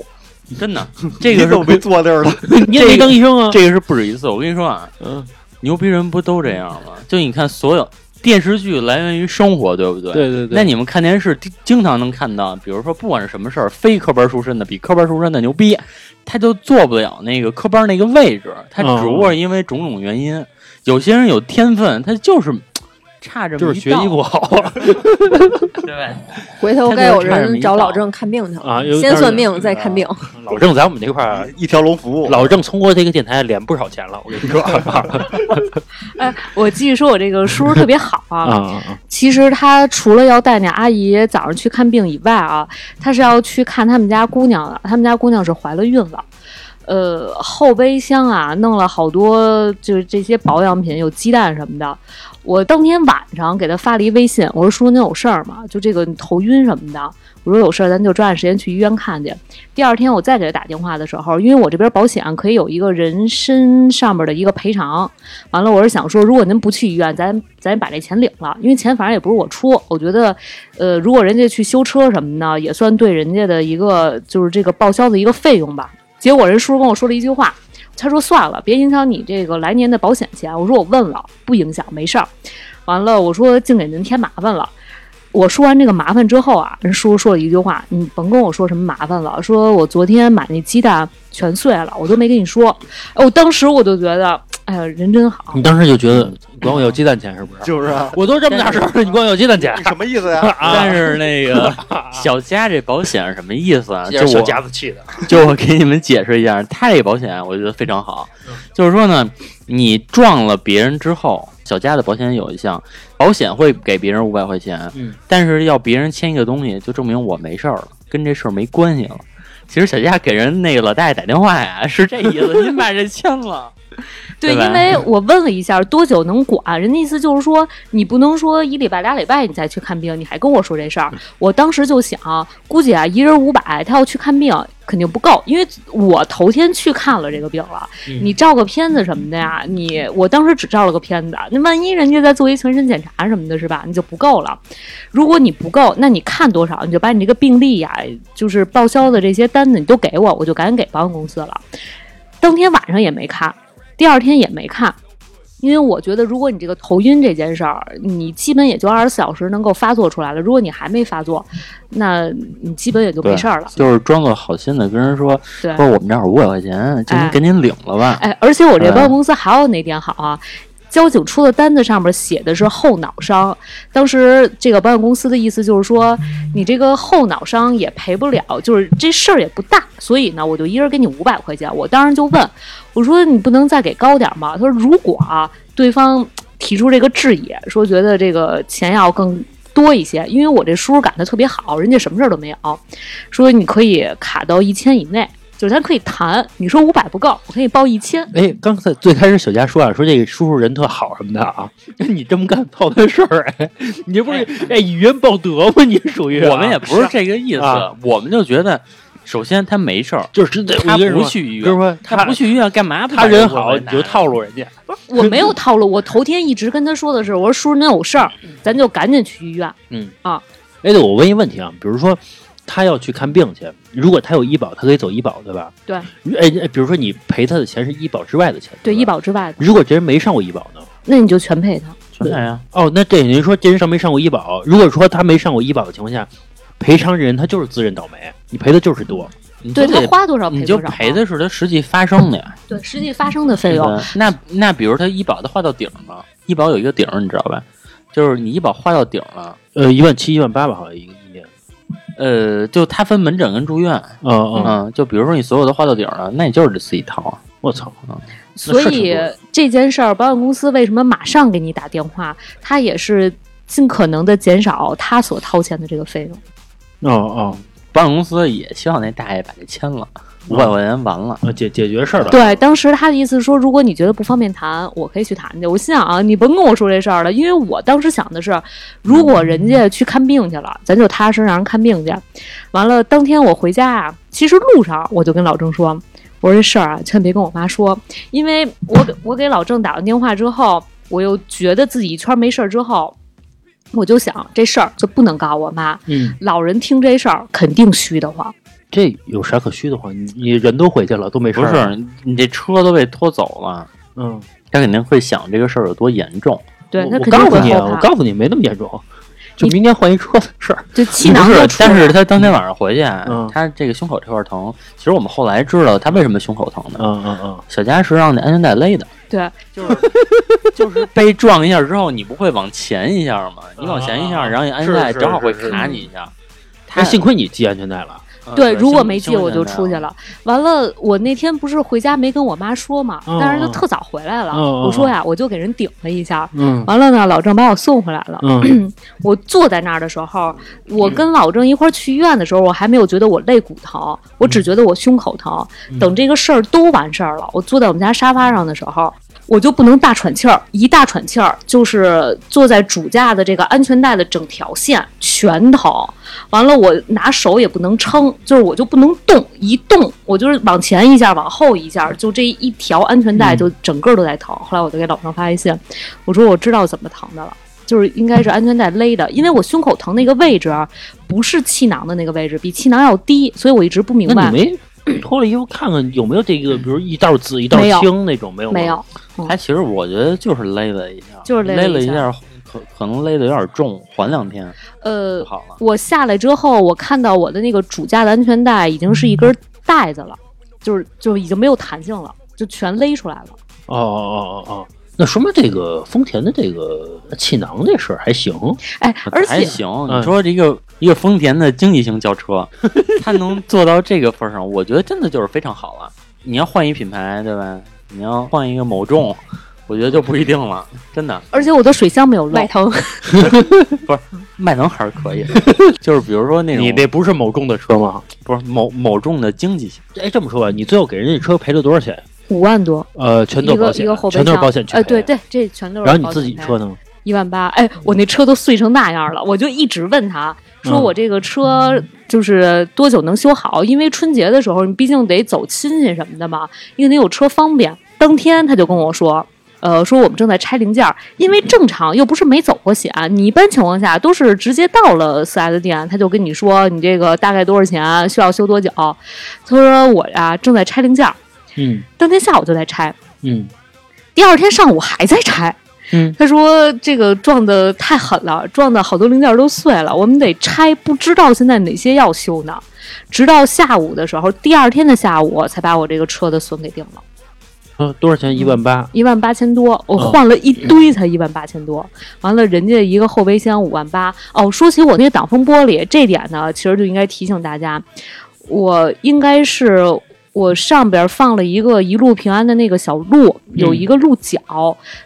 [SPEAKER 3] 真的，这个
[SPEAKER 2] 你怎么
[SPEAKER 3] 是
[SPEAKER 2] 没坐那儿了？
[SPEAKER 1] 你也没当医生啊。
[SPEAKER 3] 这个是不止一次。我跟你说啊，
[SPEAKER 1] 嗯，
[SPEAKER 3] 牛逼人不都这样吗？就你看所有电视剧来源于生活，对不对？
[SPEAKER 1] 对对对。
[SPEAKER 3] 那你们看电视经经常能看到，比如说不管是什么事儿，非科班出身的比科班出身的牛逼，他就做不了那个科班那个位置，他只不过是因为种种原因，有些人有天分，他就是嘖差这
[SPEAKER 1] 就
[SPEAKER 3] 么
[SPEAKER 1] 是
[SPEAKER 3] 一
[SPEAKER 1] 学
[SPEAKER 3] 道
[SPEAKER 1] 习不好
[SPEAKER 3] 对吧？
[SPEAKER 4] 回头该有人找老郑看病去
[SPEAKER 1] 啊
[SPEAKER 4] 了
[SPEAKER 1] 有，啊
[SPEAKER 4] 先算命再看病。
[SPEAKER 1] 老郑在我们这块儿，
[SPEAKER 2] 一条龙服务，
[SPEAKER 1] 老 郑通过这个电台敛不少钱了，我跟你说啊
[SPEAKER 5] 哎，我继续说，我这个叔叔特别好啊。
[SPEAKER 1] 啊啊！
[SPEAKER 5] 其实他除了要带那阿姨早上去看病以外啊，他是要去看他们家姑娘的。他们家姑娘是怀了孕了。呃，后备箱啊，弄了好多，就是这些保养品，有鸡蛋什么的。我当天晚上给他发了一微信，我说：“叔，您有事儿吗？就这个你头晕什么的。”我说：“有事儿，咱就抓紧时间去医院看去。”第二天我再给他打电话的时候，因为我这边保险可以有一个人身上面的一个赔偿，完了我是想说，如果您不去医院，咱咱把这钱领了，因为钱反正也不是我出，我觉得，呃，如果人家去修车什么的，也算对人家的一个就是这个报销的一个费用吧。结果人叔跟我说了一句话，他说算了，别影响你这个来年的保险钱。我说我问了，不影响，没事儿。完了，我说净给您添麻烦了。我说完这个麻烦之后啊，人叔叔说了一句话：“你甭跟我说什么麻烦了，说我昨天买那鸡蛋全碎了，我都没跟你说。”哎，我当时我就觉得，哎呀，人真好。
[SPEAKER 1] 你当时就觉得管我要鸡蛋钱是不是？
[SPEAKER 2] 就是啊，
[SPEAKER 1] 嗯 我都这么大事儿了，你管我要鸡蛋钱
[SPEAKER 2] 你什么意思呀？。
[SPEAKER 1] 啊？
[SPEAKER 3] 但是那 个小佳这保险是什么意思啊？就
[SPEAKER 1] 小
[SPEAKER 3] 我
[SPEAKER 1] 家子气的，
[SPEAKER 3] 就我给你们解释一下，他这个保险我觉得非常好，
[SPEAKER 1] 嗯
[SPEAKER 3] 就是说呢，你撞了别人之后，小佳的保险有一项，保险会给别人五百块钱，
[SPEAKER 1] 嗯
[SPEAKER 3] 但是要别人签一个东西，就证明我没事儿了，跟这事儿没关系了。其实小佳给人那个老大爷打电话呀，是这意思，您把这签了。
[SPEAKER 5] 对，
[SPEAKER 3] 对吧
[SPEAKER 5] 因为我问了一下多久能管，人家意思就是说你不能说一礼拜俩礼拜你再去看病，你还跟我说这事儿。我当时就想，估计啊一人五百，他要去看病肯定不够，因为我头天去看了这个病了，
[SPEAKER 1] 嗯
[SPEAKER 5] 你照个片子什么的呀，你我当时只照了个片子，那万一人家再做一全身检查什么的，是吧？你就不够了。如果你不够，那你看多少，你就把你这个病历呀、就是报销的这些单子你都给我，我就赶紧给保险公司了。当天晚上也没看。第二天也没看，因为我觉得如果你这个头晕这件事儿，你基本也就二十四小时能够发作出来了。如果你还没发作，那你基本也就没事儿了。
[SPEAKER 3] 就是装个好心的跟人说，
[SPEAKER 5] 对
[SPEAKER 3] 说我们这儿有五百块钱，这您
[SPEAKER 5] 哎
[SPEAKER 3] 赶紧领了吧。
[SPEAKER 5] 哎，而且我这
[SPEAKER 3] 嗯
[SPEAKER 5] 保险公司还有哪点好啊？交警出的单子上面写的是后脑伤，当时这个保险公司的意思就是说，你这个后脑伤也赔不了，就是这事儿也不大，所以呢，我就一人给你五百块钱。我当时就问，我说你不能再给高点儿吗？他说如果啊，对方提出这个质疑，说觉得这个钱要更多一些，因为我这叔叔感的特别好，人家什么事儿都没有，说你可以卡到一千以内。就是咱可以谈，你说五百不够，我可以报一千。
[SPEAKER 1] 哎，刚才最开始小佳说啊，说这个叔叔人特好什么的啊，你这么干操他事儿哎，你不是哎以冤报德吗？你属于啊、
[SPEAKER 3] 我们也不是这个意思，
[SPEAKER 1] 啊
[SPEAKER 3] 我们就觉得，首先他没事儿，
[SPEAKER 1] 就是真的，
[SPEAKER 3] 他
[SPEAKER 1] 我跟你
[SPEAKER 3] 不
[SPEAKER 1] 说
[SPEAKER 3] 去医
[SPEAKER 1] 就是
[SPEAKER 3] 院，
[SPEAKER 1] 说
[SPEAKER 3] 他不去医啊院干嘛？
[SPEAKER 1] 他人好，你就套路人家。
[SPEAKER 5] 我没有套路，我头天一直跟他说的是，我说叔，您有事儿，咱就赶紧去医院。
[SPEAKER 1] 哎，对，我问一问题啊，比如说他要去看病去，如果他有医保，他可以走医保，对吧？
[SPEAKER 5] 对
[SPEAKER 1] 哎。哎，比如说你赔他的钱是医保之外的钱，
[SPEAKER 5] 对，
[SPEAKER 1] 吧
[SPEAKER 5] 医。保之外的，
[SPEAKER 1] 如果这人没上过医保呢？
[SPEAKER 5] 那你就全赔他。
[SPEAKER 3] 对呀，
[SPEAKER 1] 哦，那这您说这人上没上过医保？如果说他没上过医保的情况下，赔偿人他就是自认倒霉，你赔的就是多。
[SPEAKER 3] 你
[SPEAKER 5] 对
[SPEAKER 3] 就
[SPEAKER 5] 他
[SPEAKER 3] 得
[SPEAKER 5] 花多少赔
[SPEAKER 3] 你就
[SPEAKER 5] 多少嘛，啊哎
[SPEAKER 3] 赔的是他实际发生的呀。
[SPEAKER 5] 对实际发生的费用。
[SPEAKER 3] 那那比如他医保他花到顶了，医保有一个顶儿，你知道吧？就是你医保花到顶了，
[SPEAKER 1] 呃，一万七、一万八吧，好像一个一年。
[SPEAKER 3] 呃，就他分门诊跟住院，
[SPEAKER 1] 嗯嗯，
[SPEAKER 3] 嗯，就比如说你所有都花到顶了，那你就是得自己掏啊。
[SPEAKER 1] 我操！
[SPEAKER 5] 所
[SPEAKER 3] 那事儿挺
[SPEAKER 5] 以
[SPEAKER 3] 多
[SPEAKER 5] 这件事儿，保险公司为什么马上给你打电话？他也是尽可能的减少他所掏钱的这个费用。
[SPEAKER 1] 哦哦，
[SPEAKER 3] 保险公司也希望那大爷把这签了，
[SPEAKER 5] 嗯
[SPEAKER 3] 五百块钱完了。
[SPEAKER 1] 啊解解决事儿了。
[SPEAKER 5] 对，当时他的意思说，如果你觉得不方便谈，我可以去谈去。我心想啊，你甭跟我说这事儿了，因为我当时想的是，如果人家去看病去了，咱就踏实让人看病去。完了，当天我回家啊，其实路上我就跟老郑说，我说这事儿啊，千万别跟我妈说，因为我 给我给老郑打完电话之后，我又觉得自己一圈没事儿之后。我就想这事儿就不能告我妈，
[SPEAKER 1] 嗯，
[SPEAKER 5] 老人听这事儿肯定虚得慌。
[SPEAKER 1] 这有啥可虚的话？你你人都回去了，都没事
[SPEAKER 3] 不
[SPEAKER 1] 儿。
[SPEAKER 3] 是，你这车都被拖走了，
[SPEAKER 1] 嗯，
[SPEAKER 3] 他肯定会想这个事儿有多严重。
[SPEAKER 5] 对
[SPEAKER 1] 我
[SPEAKER 5] 他
[SPEAKER 1] 我
[SPEAKER 5] 肯定
[SPEAKER 1] 告
[SPEAKER 5] 会
[SPEAKER 1] 诉你啊，
[SPEAKER 5] 后
[SPEAKER 1] 我
[SPEAKER 5] 怕，
[SPEAKER 1] 告诉你，没那么严重，就
[SPEAKER 5] 你
[SPEAKER 1] 明天换一车的事儿。
[SPEAKER 5] 就气囊
[SPEAKER 3] 不
[SPEAKER 5] 就是出，来
[SPEAKER 3] 但
[SPEAKER 5] 了。
[SPEAKER 3] 是他当天晚上回去，
[SPEAKER 1] 嗯
[SPEAKER 3] 他这个胸口这块儿疼。其实我们后来知道他为什么胸口疼的，
[SPEAKER 1] 嗯嗯嗯，
[SPEAKER 3] 小佳是让那安全带勒的，
[SPEAKER 5] 对，
[SPEAKER 3] 就是就是
[SPEAKER 1] 嗯
[SPEAKER 3] 被撞一下之后，你不会往前一下吗？你往前一下，
[SPEAKER 1] 啊啊啊
[SPEAKER 3] 然后你安全
[SPEAKER 1] 是
[SPEAKER 3] 带
[SPEAKER 1] 是
[SPEAKER 3] 正好会
[SPEAKER 1] 是是嗯
[SPEAKER 3] 卡你一下。他
[SPEAKER 1] 那幸亏你系安全带了。
[SPEAKER 3] 嗯
[SPEAKER 5] 对，如果
[SPEAKER 3] 幸
[SPEAKER 5] 没
[SPEAKER 3] 幸
[SPEAKER 5] 记
[SPEAKER 3] 亏
[SPEAKER 5] 我就
[SPEAKER 3] 安全带
[SPEAKER 5] 出去
[SPEAKER 1] 啊
[SPEAKER 5] 了。完了，我那天不是回家没跟我妈说嘛，
[SPEAKER 1] 嗯
[SPEAKER 5] 但是就特早回来了。
[SPEAKER 1] 嗯嗯
[SPEAKER 5] 我说呀，我就给人顶了一下。
[SPEAKER 1] 嗯
[SPEAKER 5] 完了呢，老郑把我送回来了。
[SPEAKER 1] 嗯
[SPEAKER 5] 我坐在那儿的时候，我跟老郑一块儿去医院的时候，我还没有觉得我肋骨疼，我
[SPEAKER 1] 嗯
[SPEAKER 5] 只觉得我胸口疼。等这个事儿都完事儿了，我坐在我们家沙发上的时候，我就不能大喘气儿，一大喘气儿就是坐在主驾的这个安全带的整条线全疼。完了，我拿手也不能撑，就是我就不能动，一动我就是往前一下，往后一下，就这一条安全
[SPEAKER 1] 嗯
[SPEAKER 5] 带就整个都在疼。后来我就给老郑发一信，我说我知道怎么疼的了。就是应该是安全带勒的，因为我胸口疼那个位置啊不是气囊的那个位置，比气囊要低，所以我一直不明
[SPEAKER 1] 那
[SPEAKER 5] 白。
[SPEAKER 1] 你没脱了衣服看看有没有这个，比如一道紫一道
[SPEAKER 5] 没有
[SPEAKER 1] 青那种没有吗
[SPEAKER 5] 没有，
[SPEAKER 3] 他其实我觉得就是勒了一下，
[SPEAKER 5] 就是勒了
[SPEAKER 3] 勒
[SPEAKER 5] 一
[SPEAKER 3] 了一
[SPEAKER 5] 下
[SPEAKER 3] 下，可可能勒的有点重，缓两天
[SPEAKER 5] 呃
[SPEAKER 3] 就，好了。
[SPEAKER 5] 我下来之后，我看到我的那个主驾的安全带已经是一根带子了，就是就是已经没有弹性了，就全勒出来了。
[SPEAKER 1] 哦哦哦哦哦，那说明这个丰田的这个气囊这事儿还行。
[SPEAKER 5] 哎，而
[SPEAKER 3] 还
[SPEAKER 5] 且
[SPEAKER 3] 行，你说这个、一个丰田的经济型轿 车，它能做到这个份儿上，我觉得真的就是非常好了。你要换一品牌，对吧？你要换一个某众，我觉得就不一定了，真的。
[SPEAKER 5] 而且我的水箱没有漏
[SPEAKER 4] 外，头
[SPEAKER 3] 迈腾还是可 以的，就是比如说那种
[SPEAKER 1] 你那不是某众的车吗？
[SPEAKER 3] 不是某某众的经济型，
[SPEAKER 1] 哎，这么说吧，你最后给人家车赔了多少钱？
[SPEAKER 5] 五万多，
[SPEAKER 1] 呃，全都
[SPEAKER 5] 一
[SPEAKER 1] 是保
[SPEAKER 5] 个
[SPEAKER 1] 险，
[SPEAKER 5] 一个后备
[SPEAKER 1] 全
[SPEAKER 5] 箱，
[SPEAKER 1] 都是保险去赔。
[SPEAKER 5] 哎，对。对，这全都是。
[SPEAKER 1] 然后你自己车？呢？
[SPEAKER 5] 一万八，哎，我那车都碎成那样了，我就一直问他说
[SPEAKER 1] 嗯
[SPEAKER 5] 我这个车就是多久能修好？因为春节的时候你毕竟得走亲戚什么的嘛，因为得有车方便。当天他就跟我说。呃，说我们正在拆零件儿，因为正常又不是没走过险，你一般情况下都是直接到了 4S 店，他就跟你说你这个大概多少钱，需要修多久。他说我呀、正在拆零件儿，
[SPEAKER 1] 嗯
[SPEAKER 5] 当天下午就在拆，
[SPEAKER 1] 嗯
[SPEAKER 5] 第二天上午还在拆。
[SPEAKER 1] 嗯，
[SPEAKER 5] 他说这个撞的太狠了，撞的好多零件都碎了，我们得拆，不知道现在哪些要修呢。直到下午的时候，第二天的下午我才把我这个车的损给定了，
[SPEAKER 1] 呃，多少钱？一万八。
[SPEAKER 5] 一万八千多，我
[SPEAKER 1] 哦
[SPEAKER 5] 换了一堆才一万八千多。完了，人家一个后备箱五万八。哦，说起我那个挡风玻璃这点呢，其实就应该提醒大家，我应该是。我上边放了一个一路平安的那个小鹿，
[SPEAKER 1] 嗯
[SPEAKER 5] 有一个鹿角。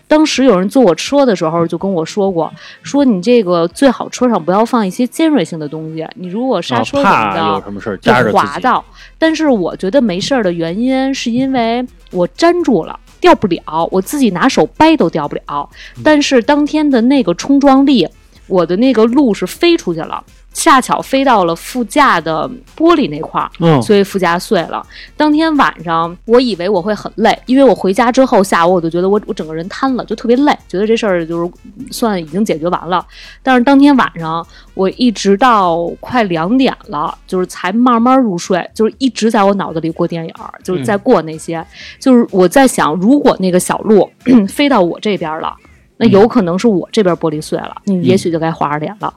[SPEAKER 5] 当时有人坐我车的时候就跟我说过，说你这个最好车上不要放一些尖锐性的东西，你如果刹
[SPEAKER 1] 啊
[SPEAKER 5] 车什么
[SPEAKER 1] 怕
[SPEAKER 5] 的，
[SPEAKER 1] 有什么事儿
[SPEAKER 5] 就
[SPEAKER 1] 夹着自
[SPEAKER 5] 滑
[SPEAKER 1] 己。
[SPEAKER 5] 到。但是我觉得没事儿的原因是因为我粘住了，掉不了，我自己拿手掰都掉不了。
[SPEAKER 1] 嗯
[SPEAKER 5] 但是当天的那个冲撞力，我的那个路是飞出去了，恰巧飞到了副驾的玻璃那块儿。
[SPEAKER 1] 嗯，
[SPEAKER 5] 所以副驾碎了。当天晚上，我以为我会很累，因为我回家之后，下午我就觉得我我整个人瘫了，就特别累，觉得这事儿就是嗯算已经解决完了。但是当天晚上，我一直到快两点了，就是才慢慢入睡，就是一直在我脑子里过电影儿，就是在过那些，就是我在想，如果那个小鹿嗯飞到我这边了，那有可能是我这边玻璃碎了，你也许就该划着脸了。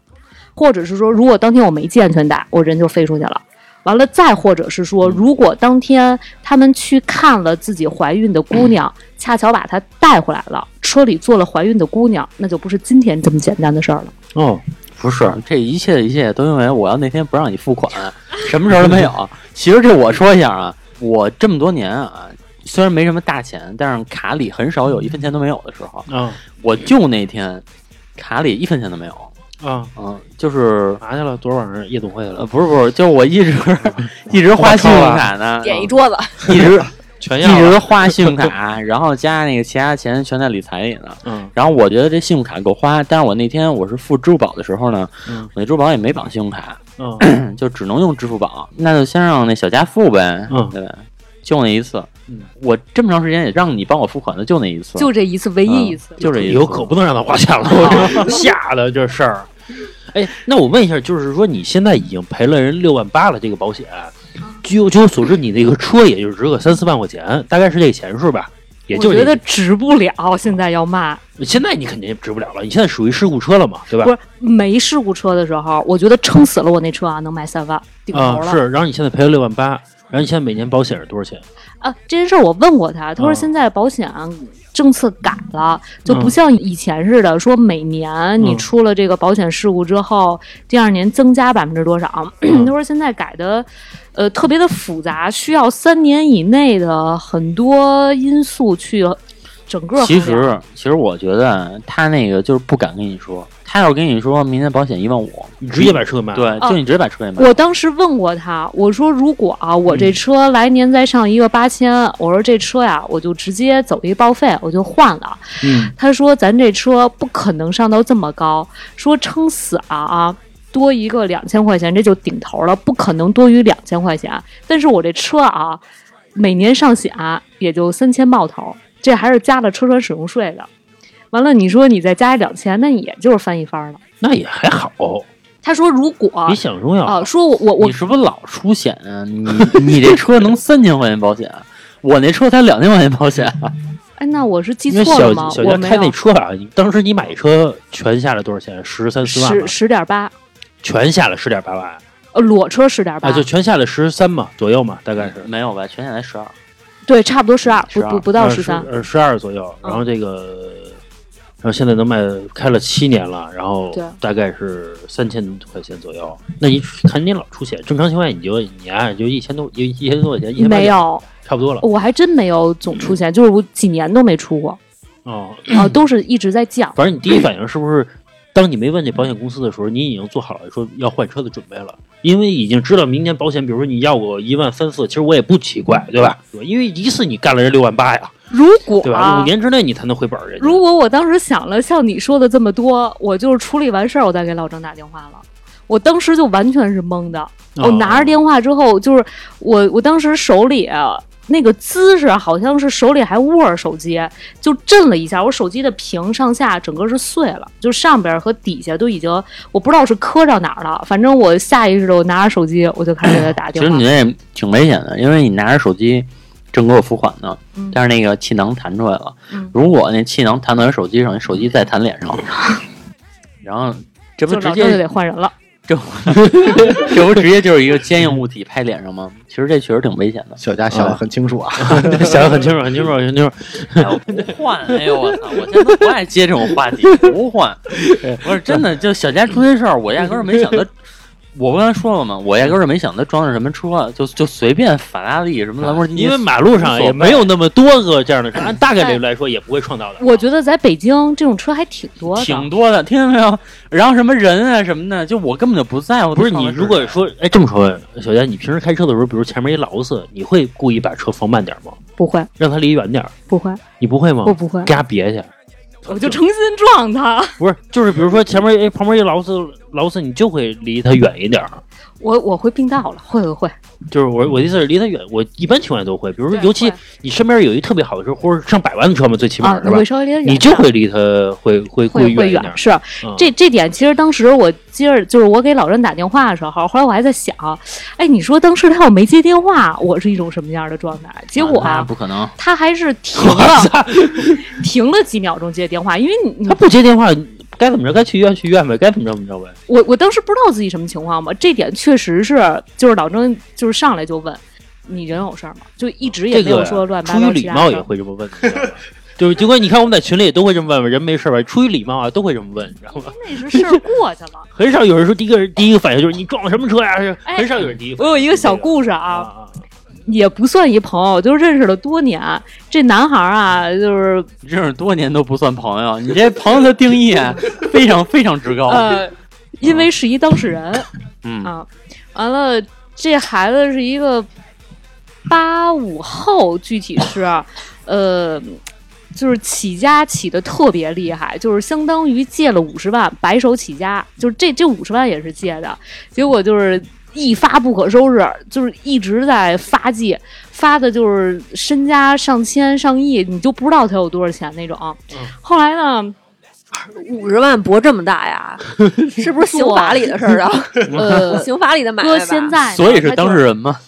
[SPEAKER 5] 或者是说，如果当天我没系安全带，我人就飞出去了。完了，再或者是说，如果当天他们去看了自己怀孕的姑娘，恰巧把她带回来了，车里坐了怀孕的姑娘，那就不是今天这么简单的事儿了。
[SPEAKER 1] 哦，
[SPEAKER 3] 不是这一切的一切都因为我要那天不让你付款，什么事儿都没 有。其实这我说一下啊，我这么多年啊，虽然没什么大钱，但是卡里很少有一分钱都没有的时候，
[SPEAKER 1] 啊
[SPEAKER 3] 我就那天卡里一分钱都没有，
[SPEAKER 1] 啊，
[SPEAKER 3] 嗯，就是。
[SPEAKER 1] 干嘛去了？昨儿晚上夜总会去
[SPEAKER 3] 呃，
[SPEAKER 1] 了，
[SPEAKER 3] 不是不是，就是我一 直一直花信用卡呢，
[SPEAKER 4] 点一桌子，
[SPEAKER 3] 一 直
[SPEAKER 1] 全
[SPEAKER 3] 一直花信用卡， 然后加那个其他钱全在理财里呢。
[SPEAKER 1] 嗯
[SPEAKER 3] 然后我觉得这信用卡够花，但是我那天我是付支付宝的时候呢，
[SPEAKER 1] 嗯
[SPEAKER 3] 我那支付宝也没绑信用卡，
[SPEAKER 1] 嗯
[SPEAKER 3] 就只能用支付宝，那就先让那小家付呗，
[SPEAKER 1] 嗯
[SPEAKER 3] 对吧？就那一次
[SPEAKER 1] 嗯，
[SPEAKER 3] 我这么长时间也让你帮我付款的就那一次，
[SPEAKER 5] 就这一次，唯一一次。
[SPEAKER 3] 嗯就这一
[SPEAKER 1] 以
[SPEAKER 3] 次，
[SPEAKER 1] 后可不能让他花钱了，吓的这事儿。啊 哎，那我问一下，就是说你现在已经赔了人六万八了，这个保险，据我据我所知，你那个车也就值个三四万块钱，大概是这个钱数吧，也就
[SPEAKER 5] 我
[SPEAKER 1] 是
[SPEAKER 5] 觉
[SPEAKER 1] 这
[SPEAKER 5] 得值不了，现在要卖。
[SPEAKER 1] 现在你肯定值不了了，你现在属于事故车了嘛，对吧
[SPEAKER 5] 不？是没事故车的时候，我觉得撑死了我那车啊，能卖三万，顶头
[SPEAKER 1] 啊，
[SPEAKER 5] 了。
[SPEAKER 1] 是，然后你现在赔了六万八，然后你现在每年保险是多少钱？
[SPEAKER 5] 啊，这件事儿我问过他，他说
[SPEAKER 1] 嗯
[SPEAKER 5] 现在保险政策改了，就不像以前似的，说每年你
[SPEAKER 1] 嗯
[SPEAKER 5] 出了这个保险事故之后，第二年增加百分之多少？ 他说现在改的，呃，特别的复杂，需要三年以内的很多因素去整个衡量。
[SPEAKER 3] 其实其实我觉得他那个就是不敢跟你说，他要是跟你说明天保险一万五，
[SPEAKER 1] 你直接把车卖了。
[SPEAKER 3] 对，
[SPEAKER 5] 哦
[SPEAKER 3] 就你直接把车给卖了。
[SPEAKER 5] 我当时问过他，我说如果啊，我
[SPEAKER 1] 嗯
[SPEAKER 5] 这车来年再上一个八千，我说这车呀，我就直接走一报废，我就换了。
[SPEAKER 1] 嗯，
[SPEAKER 5] 他说咱这车不可能上到这么高，说撑死啊啊。多一个两千块钱，这就顶头了，不可能多于两千块钱。但是我这车啊，每年上险也就三千冒头，这还是加了车船使用税的。完了，你说你再加一两千，那也就是翻一番了。
[SPEAKER 1] 那也还好，
[SPEAKER 5] 他说如果
[SPEAKER 1] 比想象中要好
[SPEAKER 5] 啊，说我我我
[SPEAKER 3] 你是不是老出险啊？你你 这车能三千块钱保险，我那车才两千块钱保险。
[SPEAKER 5] 哎，那我是记
[SPEAKER 1] 因为
[SPEAKER 5] 错了
[SPEAKER 1] 小
[SPEAKER 5] 吗？
[SPEAKER 1] 小
[SPEAKER 5] 我
[SPEAKER 1] 家
[SPEAKER 5] 没
[SPEAKER 1] 开那
[SPEAKER 5] 有
[SPEAKER 1] 车啊，你当时你买车全下来多少钱？十三四万
[SPEAKER 5] 十
[SPEAKER 1] 吧，
[SPEAKER 5] 十点八，
[SPEAKER 1] 全下来十点八万
[SPEAKER 5] 呃，裸车十点八
[SPEAKER 1] 啊，，就全下来十三嘛左右嘛，大概是
[SPEAKER 3] 没有吧？全下来十二，
[SPEAKER 5] 对，差不多十二，不
[SPEAKER 3] 12
[SPEAKER 5] 不不到
[SPEAKER 1] 呃
[SPEAKER 5] 十三，嗯
[SPEAKER 1] 呃十二左右。然后这个，然后现在能卖开了七年了，然后
[SPEAKER 5] 对
[SPEAKER 1] 大概是三千块钱左右。那你看你老出险，正常情况下你就你啊就一千多一一嗯千多块钱，一千八
[SPEAKER 5] 没有，
[SPEAKER 1] 差不多了。
[SPEAKER 5] 我还真没有总出现，就是我几年都没出过。
[SPEAKER 1] 哦，
[SPEAKER 5] 啊，都是一直在降。
[SPEAKER 1] 反正你第一反应是不是，当你没问那保险公司的时候，你已经做好了说要换车的准备了，因为已经知道明年保险，比如说你要我一万三四，其实我也不奇怪，对吧？
[SPEAKER 5] 啊
[SPEAKER 1] 对吧因为一次你干了这六万八呀，
[SPEAKER 5] 如果啊
[SPEAKER 1] 对吧？五年之内你才能回本儿人家。
[SPEAKER 5] 如果我当时想了像你说的这么多，我就是处理完事儿我再给老郑打电话了。我当时就完全是懵的，
[SPEAKER 1] 哦啊
[SPEAKER 5] 我拿着电话之后，就是我我当时手里啊那个姿势好像是手里还握着手机，就震了一下，我手机的屏上下整个是碎了，就上边和底下都已经我不知道是磕到哪儿了，反正我下意识的我拿着手机我就开始给他打
[SPEAKER 3] 其
[SPEAKER 5] 电
[SPEAKER 3] 实
[SPEAKER 5] 话
[SPEAKER 3] 你。这也挺危险的，因为你拿着手机正给我付款呢，
[SPEAKER 5] 嗯
[SPEAKER 3] 但是那个气囊弹出来了。
[SPEAKER 5] 嗯
[SPEAKER 3] 如果那气囊弹到你手机上，你手机再弹脸 上，然后这不
[SPEAKER 5] 就
[SPEAKER 3] 直
[SPEAKER 5] 老郑就
[SPEAKER 3] 接
[SPEAKER 5] 得换人了，
[SPEAKER 3] 这不直接就是一个坚硬物体拍脸上吗？其实这确实挺危险的
[SPEAKER 2] 小家想的很清楚啊，
[SPEAKER 1] 想得很清楚，很清楚，很清楚。
[SPEAKER 3] 哎呦，不换！哎呦我操！我现在不爱接这种话题，不 换。不是真的，就小佳出这事儿，我压根儿没想他。我不刚才说了吗？我压根儿没想他装的什么车，就就随便法拉利什么兰博基尼，
[SPEAKER 1] 因为马路上也没有那么多个这样的车，按大概率来说也不会创造的。
[SPEAKER 5] 我觉得在北京这种车还挺多的，
[SPEAKER 3] 挺多的，听见没有？然后什么人啊什么的，就我根本就不在乎。
[SPEAKER 1] 不是你，如果说，哎，这么说，小佳，你平时开车的时候，比如前面一劳斯，你会故意把车放慢点吗？
[SPEAKER 5] 不会
[SPEAKER 1] 让它离远点儿，
[SPEAKER 5] 不会，
[SPEAKER 1] 你不会吗？
[SPEAKER 5] 我不会，
[SPEAKER 1] 给它别去，
[SPEAKER 5] 我就诚心撞他。
[SPEAKER 1] 不是，就是比如说前面哎旁边一劳斯劳斯，你就会离它远一点儿。
[SPEAKER 5] 我我会并道了，会会会，
[SPEAKER 1] 就是我我的意思是离它远，我一般情况下都会，比如说
[SPEAKER 5] 对
[SPEAKER 1] 尤其
[SPEAKER 5] 会
[SPEAKER 1] 你身边有一特别好的车，或者上百万的车嘛，最起码、
[SPEAKER 5] 啊，
[SPEAKER 1] 是吧
[SPEAKER 5] 会？稍微离得远点儿，
[SPEAKER 1] 你就会离它会会故意
[SPEAKER 5] 会会
[SPEAKER 1] 一点儿。
[SPEAKER 5] 远是
[SPEAKER 1] 嗯
[SPEAKER 5] 这这点，其实当时我接着就是我给老任打电话的时候，后来我还在想，哎，你说当时他要没接电话，我是一种什么样的状态？结果
[SPEAKER 3] 啊那不可能，
[SPEAKER 5] 他还是 停了，停了几秒钟接电话，因为你
[SPEAKER 1] 他
[SPEAKER 5] 你
[SPEAKER 1] 不接电话，该怎么着该去医院去医院呗，该 怎么着怎么着呗。
[SPEAKER 5] 我我当时不知道自己什么情况嘛，这点确实是就是老郑就是上来就问你人有事儿吗？就一直也
[SPEAKER 1] 这
[SPEAKER 5] 没
[SPEAKER 1] 个
[SPEAKER 5] 有说乱七八
[SPEAKER 1] 出于
[SPEAKER 5] 糟
[SPEAKER 1] 礼
[SPEAKER 5] 其他
[SPEAKER 1] 貌
[SPEAKER 5] 事
[SPEAKER 1] 也
[SPEAKER 5] 儿。
[SPEAKER 1] 会这么问，你 知道吗就是尽管你看我们在群里也都会这么问问，人没事吧？出于礼貌啊，都会这么问，你知道吗？
[SPEAKER 5] 那是事儿过去了，
[SPEAKER 1] 很少有人说第一个第一个反应就是你撞了什么车呀、是
[SPEAKER 5] 哎
[SPEAKER 1] 很少有人第一反
[SPEAKER 5] 我
[SPEAKER 1] 应。
[SPEAKER 5] 有一个小故事
[SPEAKER 1] 啊
[SPEAKER 5] 啊，
[SPEAKER 1] 啊，
[SPEAKER 5] 也不算一朋友，就是认识了多年。这男孩儿啊，就是
[SPEAKER 3] 你认识多年都不算朋友，你这朋友的定 义啊非常非常之高。
[SPEAKER 5] 呃，因为是一当事人
[SPEAKER 3] 嗯，
[SPEAKER 5] 啊，完了这孩子是一个八五后，具体是呃。就是起家起的特别厉害，就是相当于借了五十万，白手起家，就是这这五十万也是借的，结果就是一发不可收拾，就是一直在发迹，发的就是身家上千上亿，你就不知道他有多少钱那种。后来呢，
[SPEAKER 4] 五十万博这么 大呀，是不是刑法里的事儿啊？
[SPEAKER 5] 呃，
[SPEAKER 4] 刑法里的买卖
[SPEAKER 5] 搁
[SPEAKER 4] 吧。
[SPEAKER 5] 现在呢
[SPEAKER 3] 哎所以是
[SPEAKER 5] 他
[SPEAKER 3] 当
[SPEAKER 5] 就
[SPEAKER 3] 事人嘛。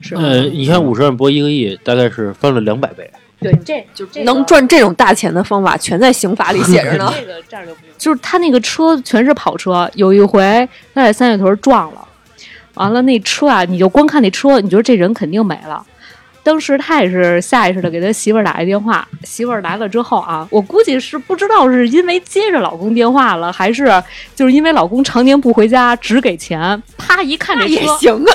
[SPEAKER 5] 是
[SPEAKER 1] 呃，你看五十万博一个亿，大概是翻了两百倍。
[SPEAKER 5] 对，这就这个
[SPEAKER 4] 能赚这种大钱的方法，全在刑法里写 着呢。
[SPEAKER 5] 这个这儿就不用。就是他那个车全是跑车，有一回他在三里屯撞了，完了那车啊，你就光看那车，你觉得这人肯定没了。当时他也是下意识的给他媳妇儿打一电话，媳妇儿来了之后啊，我估计是不知道是因为接着老公电话了，还是就是因为老公常年不回家只给钱，啪一看这
[SPEAKER 4] 也
[SPEAKER 5] 车，
[SPEAKER 4] 行啊，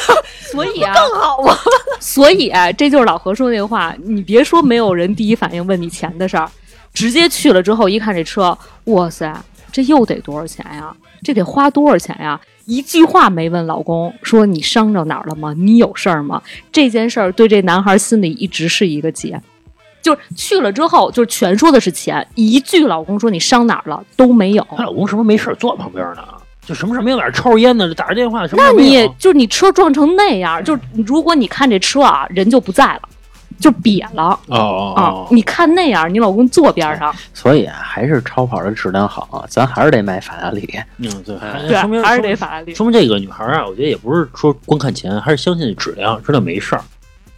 [SPEAKER 5] 所以啊，
[SPEAKER 4] 好嘛。
[SPEAKER 5] 所以啊这就是老何说那话，你别说没有人第一反应问你钱的事儿，直接去了之后一看这车，哇塞，这又得多少钱呀？这得花多少钱呀？一句话没问老公，说你伤着哪儿了吗？你有事儿吗？这件事儿对这男孩心里一直是一个结，就是去了之后就是全说的是钱，一句老公说你伤哪儿了都没有。
[SPEAKER 1] 她老公是不是没事儿坐旁边呢？就什么事儿没有，哪儿抽着烟呢？打着电话什么事
[SPEAKER 5] 那
[SPEAKER 1] 儿没有嗯
[SPEAKER 5] 你就是你车撞成那样，就是如果你看这车啊，人就不在了，就瘪了。
[SPEAKER 1] 哦哦
[SPEAKER 5] 啊
[SPEAKER 1] 哦，，
[SPEAKER 5] 你看那样，你老公坐边上，
[SPEAKER 3] 所以啊，还是超跑的质量好，咱还是得买法拉利。
[SPEAKER 1] 嗯，对，还
[SPEAKER 5] 对
[SPEAKER 1] 说明，
[SPEAKER 5] 还是
[SPEAKER 1] 说
[SPEAKER 5] 得
[SPEAKER 1] 明
[SPEAKER 5] 法拉利。
[SPEAKER 1] 说明这个女孩儿啊，我觉得也不是说光看钱，还是相信质量，知道没事儿。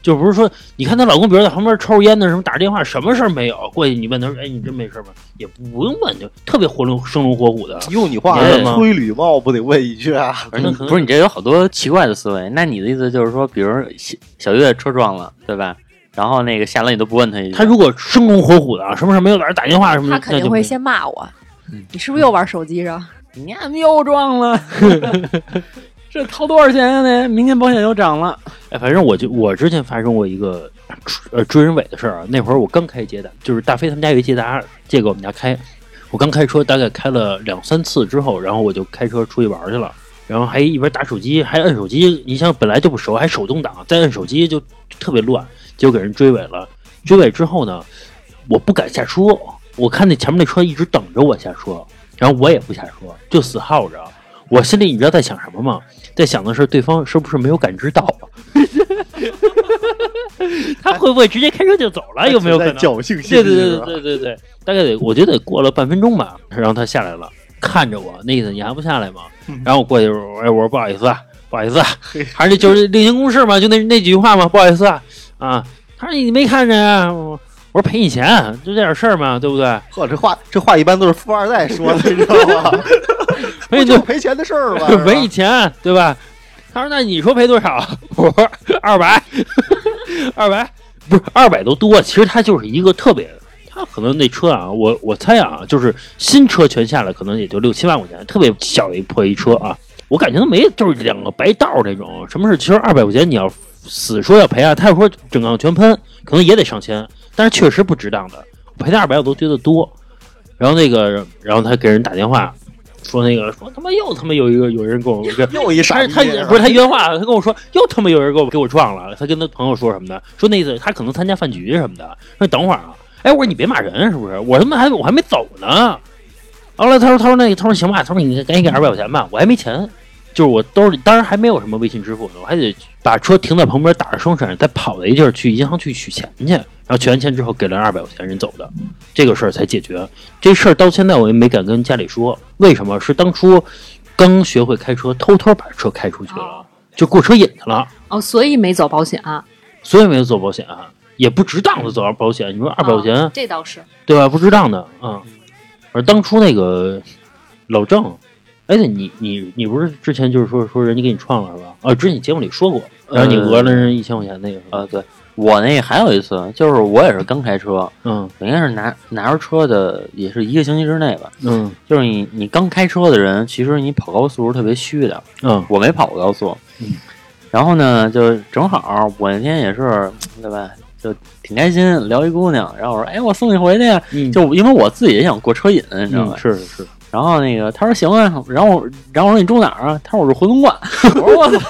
[SPEAKER 1] 就不是说，你看她老公，比如在旁边抽着烟呢，什么打着电话，什么事儿没有，过去你问她说：“哎，你真没事儿吗？”也不用问，就特别活龙生龙活 虎的。
[SPEAKER 2] 用你话
[SPEAKER 1] 哎
[SPEAKER 2] 说，吹礼貌不得问一句啊？
[SPEAKER 3] 不是你，不是你这有好多奇怪的思维。那你的意思就是说，比如小小月车撞了，对吧？然后那个下来你都不问他一句，
[SPEAKER 1] 她如果生龙活虎的啊，什么事儿没有，在那儿打电话什么的，
[SPEAKER 4] 他肯定会先骂我
[SPEAKER 3] 嗯。
[SPEAKER 4] 啊你是不是又玩手机上？
[SPEAKER 3] 你看又撞了， 这掏多少钱呀、那明天保险又涨了。
[SPEAKER 1] 哎，反正我就我之前发生过一个呃追人尾的事儿啊。那会儿我刚开捷达，就是大飞他们家有一捷达借给我们家开，我刚开车大概开了两三次之后，然后我就开车出去玩去了，然后还一边打手机还摁手机，你想本来就不熟，还手动挡，再摁手机就特别乱，结果给人追尾了。追尾之后呢，我不敢下车，我看那前面那车一直等着我下车，然后我也不下车，就死耗着。我心里你知道在想什么吗？在想的是对方是不是没有感知到，他会不会直接开车就走了？有没有可能？
[SPEAKER 2] 侥幸心
[SPEAKER 1] 对
[SPEAKER 2] 理？
[SPEAKER 1] 对
[SPEAKER 2] 是
[SPEAKER 1] 对
[SPEAKER 2] 吧
[SPEAKER 1] 对对对，大概得我觉得得过了半分钟吧，然后他下来了，看着我那意思你还不下来吗？
[SPEAKER 2] 嗯
[SPEAKER 1] 然后我过去我哎我说不好意思啊，不好意思啊，还是就是例行公事嘛，就那那几句话嘛，不好意思啊啊，他说你没看着啊，我我说赔你钱，啊就这点事儿嘛，对不对？
[SPEAKER 2] 呵，这话这话一般都是富二代说的，你知道吗？
[SPEAKER 1] 所以
[SPEAKER 2] 不就
[SPEAKER 1] 哎就是
[SPEAKER 2] 赔钱的事儿吗？
[SPEAKER 1] 没你钱，对吧？他说：“那你说赔多少？” 我说：“二百， 二百，不是二百都多。其实他就是一个特别，他可能那车啊，我我猜啊，就是新车全下来可能也就六七万块钱，特别小的一破一车啊。我感觉都没，就是两个白道那种。什么事？其实二百块钱你要死说要赔啊，他要说整缸全喷，可能也得上千，但是确实不值当的，赔他二百我都觉得多。然后那个，然后他给人打电话，说那个说他妈又他妈有一个有人跟我跟。
[SPEAKER 2] 又一
[SPEAKER 1] 他
[SPEAKER 2] 傻逼，
[SPEAKER 1] 他不是他原话，他跟我说又他妈有人给我给我撞了。他跟他朋友说什么的，说那意思他可能参加饭局什么的。说等会儿啊，哎，我说你别骂人是不是？我他妈还我还没走呢。后来他说他说那个他说行吧，他说你赶紧给二百块钱吧，我还没钱，就是我兜里当然还没有什么微信支付呢，我还得把车停在旁边打着双闪，再跑到一地儿去银行去取钱去。然后取完钱之后给了二百块钱，人走的，这个事儿才解决。这事儿到现在我也没敢跟家里说，为什么？是当初刚学会开车，偷偷把车开出去了，就过车瘾去了，
[SPEAKER 5] 哦，所以没走保险、啊，
[SPEAKER 1] 所以没有走保险，啊也不值当的走保险。你说二百块钱，
[SPEAKER 5] 哦这倒是。
[SPEAKER 1] 对吧？不值当的，嗯。而当初那个老郑，哎，对你你你不是之前就是说说人家给你创了是吧？啊，之前你节目里说过，然后你讹了人一千块钱那个是吧，
[SPEAKER 3] 呃，对我那还有一次，就是我也是刚开车，
[SPEAKER 1] 嗯
[SPEAKER 3] 我应该是拿拿着车的，也是一个星期之内吧。
[SPEAKER 1] 嗯
[SPEAKER 3] 就是你你刚开车的人，其实你跑高速是特别虚的。
[SPEAKER 1] 嗯
[SPEAKER 3] 我没跑过高速，
[SPEAKER 1] 嗯，
[SPEAKER 3] 然后呢，就正好我那天也是，对吧？就挺开心，聊一姑娘，然后我说，哎，我送你回去呀。
[SPEAKER 1] 嗯，
[SPEAKER 3] 就因为我自己也想过车瘾，你知道吧？
[SPEAKER 1] 嗯是是是，
[SPEAKER 3] 然后那个他说行啊，然后然后我说你住哪儿啊？他说我住回龙观。 我说我操，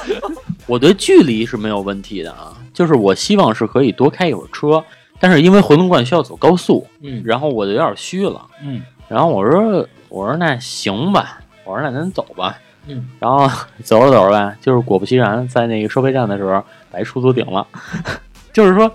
[SPEAKER 3] 我对距离是没有问题的啊，就是我希望是可以多开一会儿车，但是因为回龙观需要走高速，
[SPEAKER 1] 嗯
[SPEAKER 3] 然后我就有点虚了。
[SPEAKER 1] 嗯
[SPEAKER 3] 然后我说我说那行吧，我说那咱走吧。
[SPEAKER 1] 嗯，
[SPEAKER 3] 然后走着走着吧，就是果不其然，在那个收费站的时候把一出租顶了。 就是说，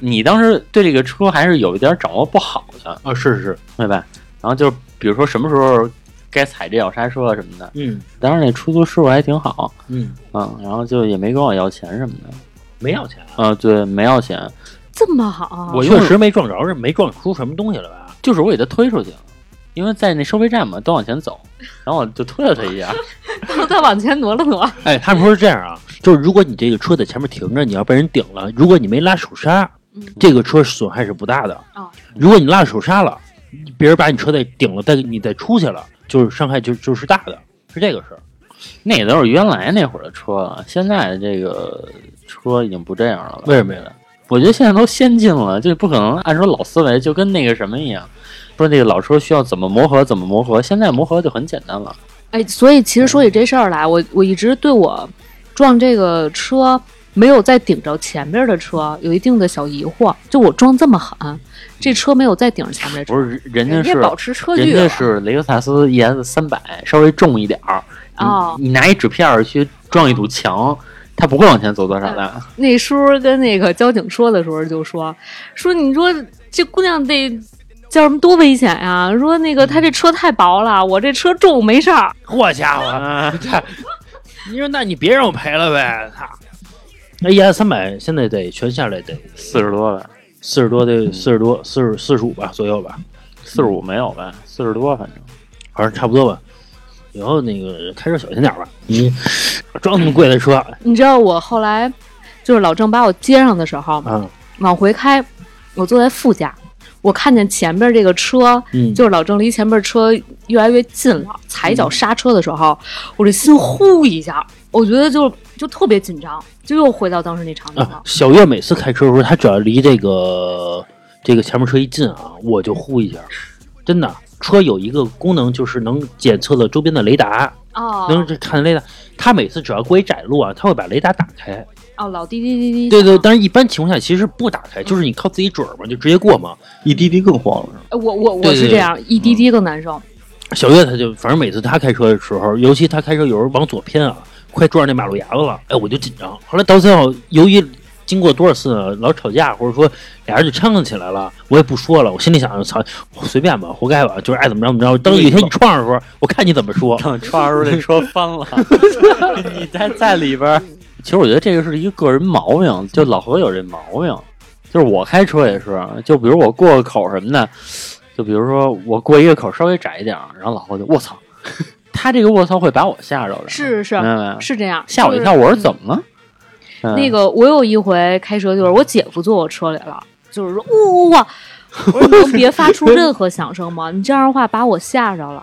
[SPEAKER 3] 你当时对这个车还是有一点掌握不好的，
[SPEAKER 1] 啊是是，
[SPEAKER 3] 对吧？然后就是比如说什么时候该踩这脚刹车啊什么的。
[SPEAKER 1] 嗯
[SPEAKER 3] 当时那出租师傅还挺好，
[SPEAKER 1] 嗯，
[SPEAKER 3] 嗯，然后就也没跟我要钱什么的。
[SPEAKER 1] 没要钱啊。
[SPEAKER 3] 啊，对，没要钱，
[SPEAKER 5] 这么好啊，
[SPEAKER 3] 我
[SPEAKER 1] 确实没撞着，是没撞出什么东西来吧？
[SPEAKER 3] 就是我给他推出去了，因为在那收费站嘛，都往前走，然后我就推了他 一下。
[SPEAKER 5] 再往前挪了挪，
[SPEAKER 1] 哎，他们说是这样啊，就是如果你这个车在前面停着，你要被人顶了，如果你没拉手刹，
[SPEAKER 5] 嗯
[SPEAKER 1] 这个车损害是不大的。
[SPEAKER 5] 哦
[SPEAKER 1] 如果你拉手刹了，别人把你车再顶了，再你再出去了，就是伤害就就是大的，是这个事儿。
[SPEAKER 3] 那也都是原来那会儿的车了，现在的这个车已经不这样了吧。
[SPEAKER 1] 为什么呀？
[SPEAKER 3] 我觉得现在都先进了，就不可能按说老思维，就跟那个什么一样，说那个老车需要怎么磨合怎么磨合，现在磨合就很简单了。
[SPEAKER 5] 哎，所以其实说起这事儿来，我我一直对我撞这个车没有再顶着前面的车有一定的小疑惑，就我撞这么狠，这车没有再顶着前面的车。
[SPEAKER 3] 不是人家
[SPEAKER 4] 人家
[SPEAKER 3] 是
[SPEAKER 4] 保持车
[SPEAKER 3] 人
[SPEAKER 4] 距
[SPEAKER 3] 家
[SPEAKER 4] 了，
[SPEAKER 3] 是雷克萨斯 ES 三百，稍微重一点儿。你
[SPEAKER 5] 哦
[SPEAKER 3] 你拿一纸片儿去撞一堵墙，它不会往前走多少的。
[SPEAKER 5] 那叔跟那个交警说的时候就说说，你说这姑娘得叫什么多危险呀、说那个她这车太薄了，我这车重没事儿。
[SPEAKER 1] 好家伙，他 你说那你别让我赔了呗，操！那 ES 三百现在得全下来得
[SPEAKER 3] 四十多吧，
[SPEAKER 1] 四十多，得四十多，四十四十五吧左右吧，
[SPEAKER 3] 四十五没有吧，四十多反正。
[SPEAKER 1] 反正差不多吧。以后那个开车小心点吧，你装那么贵的车，
[SPEAKER 5] 你知道我后来就是老郑把我接上的时候，
[SPEAKER 1] 啊，
[SPEAKER 5] 往回开，我坐在副驾，我看见前边这个车，
[SPEAKER 1] 嗯
[SPEAKER 5] 就是老郑离前边车越来越近了，踩一脚刹车的时候，我这心呼一下，我觉得就就特别紧张，就又回到当时那场景
[SPEAKER 1] 啊
[SPEAKER 5] 了，。
[SPEAKER 1] 小月每次开车的时候，她只要离这个这个前面车一近啊，我就呼一下，真的。车有一个功能，就是能检测到周边的雷达，能
[SPEAKER 5] 哦
[SPEAKER 1] 看雷达。她每次只要过一窄路啊，她会把雷达打开。
[SPEAKER 5] 哦，老滴滴滴滴。
[SPEAKER 1] 对对，但是一般情况下其实不打开，就是你靠自己准儿嘛，就直接过嘛。
[SPEAKER 2] 一滴滴更慌了，
[SPEAKER 5] 我我
[SPEAKER 1] 对
[SPEAKER 5] 我
[SPEAKER 1] 对
[SPEAKER 5] 是这
[SPEAKER 1] 对
[SPEAKER 5] 样，一滴
[SPEAKER 3] 嗯
[SPEAKER 5] 滴更难受。
[SPEAKER 1] 小月她就反正每次她开车的时候，尤其她开车有时候往左偏啊，快撞那马路牙子了，哎，我就紧张。后来到最后，由于经过多少次呢老吵架，或者说俩人就呛起来了，我也不说了，我心里想，操，随便吧，活该吧，就是爱怎么着怎么着。等有一天你撞上的时候，我看你怎么说。
[SPEAKER 3] 等撞出那车翻 了，你再在里边儿。 其实我觉得这个是一个个人毛病，就老何有这毛病， 就是我开车也是，就比如我过个口什么的，就比如说我过一个口稍微窄一点儿，然后老何就我操， 他这个我操会把我吓着的，
[SPEAKER 5] 是是
[SPEAKER 3] 明白没？
[SPEAKER 5] 是这样，
[SPEAKER 3] 嗯吓我一
[SPEAKER 5] 就是
[SPEAKER 3] 跳，我说怎么了？嗯
[SPEAKER 5] 那个我有一回开车，就是我姐夫坐我车里了，就是说呜呜呜，啊我说你能别发出任何响声吗？你这样的话把我吓着了，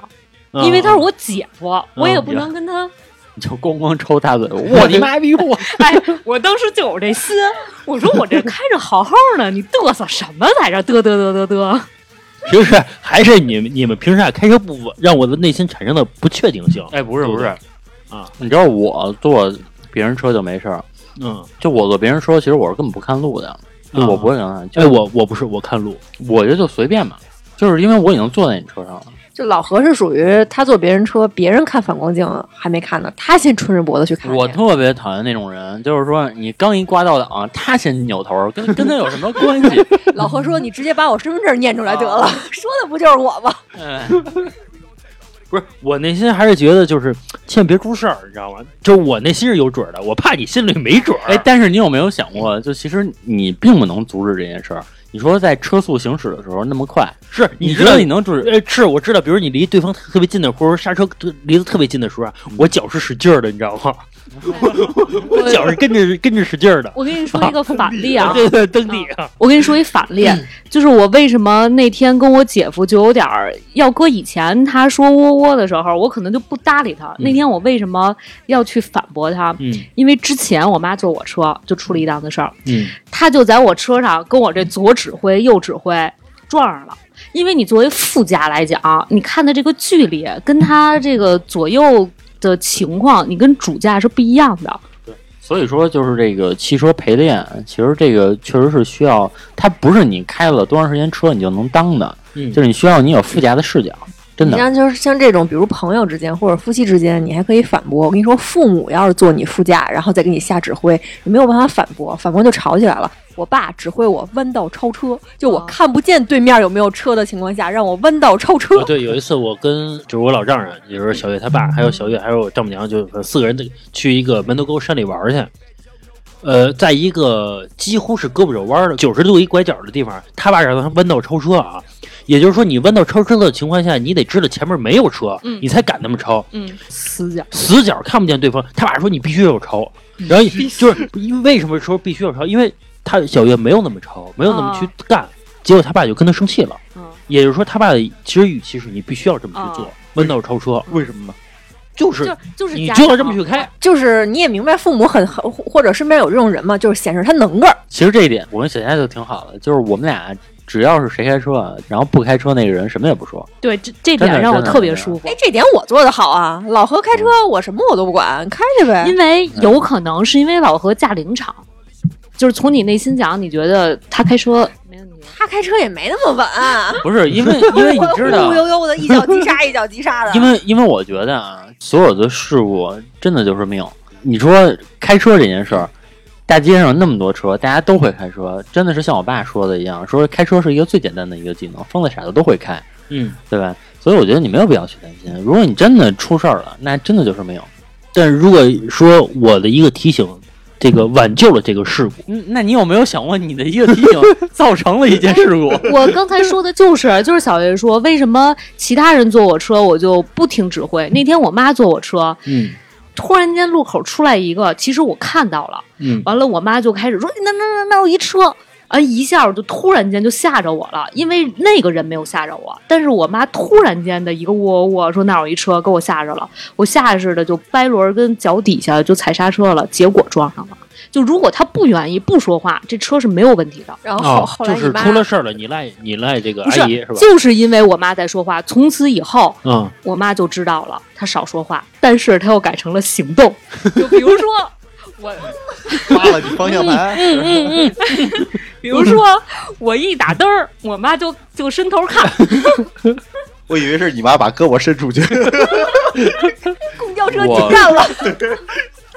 [SPEAKER 3] 嗯
[SPEAKER 1] 嗯
[SPEAKER 5] 因为他 是我姐夫，我也不能跟他。
[SPEAKER 3] 你就咣咣抽大嘴，我你妈逼我！
[SPEAKER 5] 哎，我当时就有这心，我说我这开着好好的，你嘚瑟什么在这嘚嘚嘚嘚嘚？
[SPEAKER 1] 平时还是你们你们平时啊开车不稳，让我的内心产生了不确定性。
[SPEAKER 3] 哎，不是不是
[SPEAKER 1] 啊，
[SPEAKER 3] 你知道我坐别人车就没事儿，
[SPEAKER 1] 嗯，
[SPEAKER 3] 就我坐别人车，其实我是根本不看路的，就
[SPEAKER 1] 嗯
[SPEAKER 3] 啊我不会看。就
[SPEAKER 1] 哎，我我不是我看路，
[SPEAKER 3] 我觉得就随便吧，就是因为我已经坐在你车上了。
[SPEAKER 4] 就老何是属于他坐别人车，别人看反光镜还没看呢，他先抻着脖子去看。
[SPEAKER 3] 我特别讨厌那种人，就是说你刚一挂倒档，啊他先扭头，跟跟他有什么关 系？
[SPEAKER 4] 老何说：“你直接把我身份证念出来得了， 说的不就是我吗
[SPEAKER 3] 哎
[SPEAKER 1] 不是我内心还是觉得就是千万别出事儿，你知道吗？就是我内心是有准儿的，我怕你心里没准儿。
[SPEAKER 3] 哎，但是你有没有想过，就其实你并不能阻止这件事儿。你说在车速行驶的时候那么快，
[SPEAKER 1] 是
[SPEAKER 3] 你
[SPEAKER 1] 你
[SPEAKER 3] 觉
[SPEAKER 1] 知
[SPEAKER 3] 得
[SPEAKER 1] 道
[SPEAKER 3] 你能阻止？
[SPEAKER 1] 呃，是我知道，比如你离对方特别近的，或者说刹车离得特别近的时候啊，我脚是使劲儿的，你知道 吗？我脚是跟着跟着使劲儿的，
[SPEAKER 5] 我跟你说一 个反例啊，
[SPEAKER 1] 对对，蹬地啊，
[SPEAKER 5] 我跟你说一反例，就是我为什么那天跟我姐夫就有点儿，要搁以前他说窝窝的时候，我可能就不搭理他。那天我为什么要去反驳他？
[SPEAKER 1] 嗯
[SPEAKER 5] 因为之前我妈坐我车就出了一档子事儿，
[SPEAKER 1] 嗯，
[SPEAKER 5] 她就在我车上跟我这左指挥右指挥撞上了。因为你作为副驾来讲，你看的这个距离跟他这个左右的情况，你跟主驾是不一样的。
[SPEAKER 3] 所以说，就是这个汽车陪练，其实这个确实是需要，它不是你开了多长时间车你就能当的，
[SPEAKER 1] 嗯
[SPEAKER 3] 就是你需要你有副驾的视角，？”真
[SPEAKER 4] 你
[SPEAKER 3] 的。
[SPEAKER 4] 像就是像这种，比如朋友之间或者夫妻之间，你还可以反驳。我跟你说，父母要是坐你副驾，然后再给你下指挥，你没有办法反驳，反驳就吵起来了。我爸指挥我弯道超车，就我
[SPEAKER 5] 哦
[SPEAKER 4] 看不见对面有没有车的情况下，让我弯道超车。
[SPEAKER 1] 啊，对，有一次我跟就是我老丈人，也就是小月他爸，还有小月，还有我丈母娘，就四个人去一个门头沟山里玩儿去。呃，在一个几乎是胳膊肘弯儿的九十度一拐角的地方，他爸让他弯道超车啊。也就是说，你弯道超车的情况下，你得知道前面没有车，
[SPEAKER 5] 嗯
[SPEAKER 1] 你才敢那么超。
[SPEAKER 5] 嗯，死角。
[SPEAKER 1] 死角看不见对方，他爸说你必须有超，然后就是因为为什么说必须有超？因为他小月没有那么超，没有那么去干，结果他爸就跟他生气了。
[SPEAKER 5] 嗯
[SPEAKER 1] 也就是说，他爸的其实语气是你必须要这么去做
[SPEAKER 5] 哦，
[SPEAKER 1] 弯道超车
[SPEAKER 2] 为什么呢？
[SPEAKER 1] 就是
[SPEAKER 5] 就就是
[SPEAKER 1] 你
[SPEAKER 5] 家
[SPEAKER 1] 就要
[SPEAKER 5] 长
[SPEAKER 1] 这么去开。
[SPEAKER 4] 就是你也明白，父母很很或者身边有这种人嘛，就是显示他能个儿。
[SPEAKER 3] 其实这一点我跟小夏就挺好的，就是我们俩只要是谁开车啊，然后不开车那个人什么也不说，
[SPEAKER 5] 对，这这
[SPEAKER 3] 真
[SPEAKER 5] 点
[SPEAKER 3] 的
[SPEAKER 5] 让我
[SPEAKER 3] 真的
[SPEAKER 5] 特别
[SPEAKER 3] 真的
[SPEAKER 5] 舒服
[SPEAKER 4] 哎。，这点我做的好啊！老何开车，我什么我都不管，开去呗。
[SPEAKER 5] 因为有可能是因为老何驾临场，就是从你内心讲，你觉得他开车没问题。
[SPEAKER 4] 他开车也没那么 稳、
[SPEAKER 3] 不是因为 因为你知 道
[SPEAKER 4] 忽，悠悠的一脚急刹，一脚急刹的。
[SPEAKER 3] 因为因为我觉得啊，所有的事物真的就是命。你说开车这件事儿，大街上那么多车，大家都会开车，真的是像我爸说的一样，说开车是一个最简单的一个技能，疯子傻子都会开，
[SPEAKER 1] 嗯，
[SPEAKER 3] 对吧？所以我觉得你没有必要去担心。如果你真的出事儿了，那真的就是没有。
[SPEAKER 1] 但是如果说我的一个提醒，这个挽救了这个事故，
[SPEAKER 3] 嗯，那你有没有想过你的一个提醒 造成了一件事故？
[SPEAKER 5] 我刚才说的就是， 就是小月说，为什么其他人坐我车我就不听指挥？那天我妈坐我车，
[SPEAKER 1] 嗯
[SPEAKER 5] 突然间路口出来一个，其实我看到了，
[SPEAKER 1] 嗯
[SPEAKER 5] 完了我妈就开始说，那那那那有一车。啊，一下我就突然间就吓着我了，因为那个人没有吓着我，但是我妈突然间的一个窝窝说那儿有一车，给我吓着了，我下意识的就掰轮儿跟脚底下就踩刹车了，结果撞上了。就如果他不愿意不说话，这车是没有问题的。
[SPEAKER 4] 然后后
[SPEAKER 1] 哦，
[SPEAKER 4] 后来
[SPEAKER 1] 就
[SPEAKER 4] 你
[SPEAKER 1] 是
[SPEAKER 4] 妈
[SPEAKER 1] 出了事儿了，你赖你赖这个
[SPEAKER 5] 不
[SPEAKER 1] 阿
[SPEAKER 5] 是，
[SPEAKER 1] 姨是吧？
[SPEAKER 5] 就是因为我妈在说话，从此以后
[SPEAKER 1] 嗯，
[SPEAKER 5] 我妈就知道了，她少说话，但是她又改成了行动，就比如说我，
[SPEAKER 2] 扒了你方向盘，
[SPEAKER 5] 比如说我一打灯儿，我妈就就伸头看，
[SPEAKER 2] 我以为是你妈把胳膊伸出去。
[SPEAKER 4] 公交车
[SPEAKER 3] 我
[SPEAKER 4] 进站了，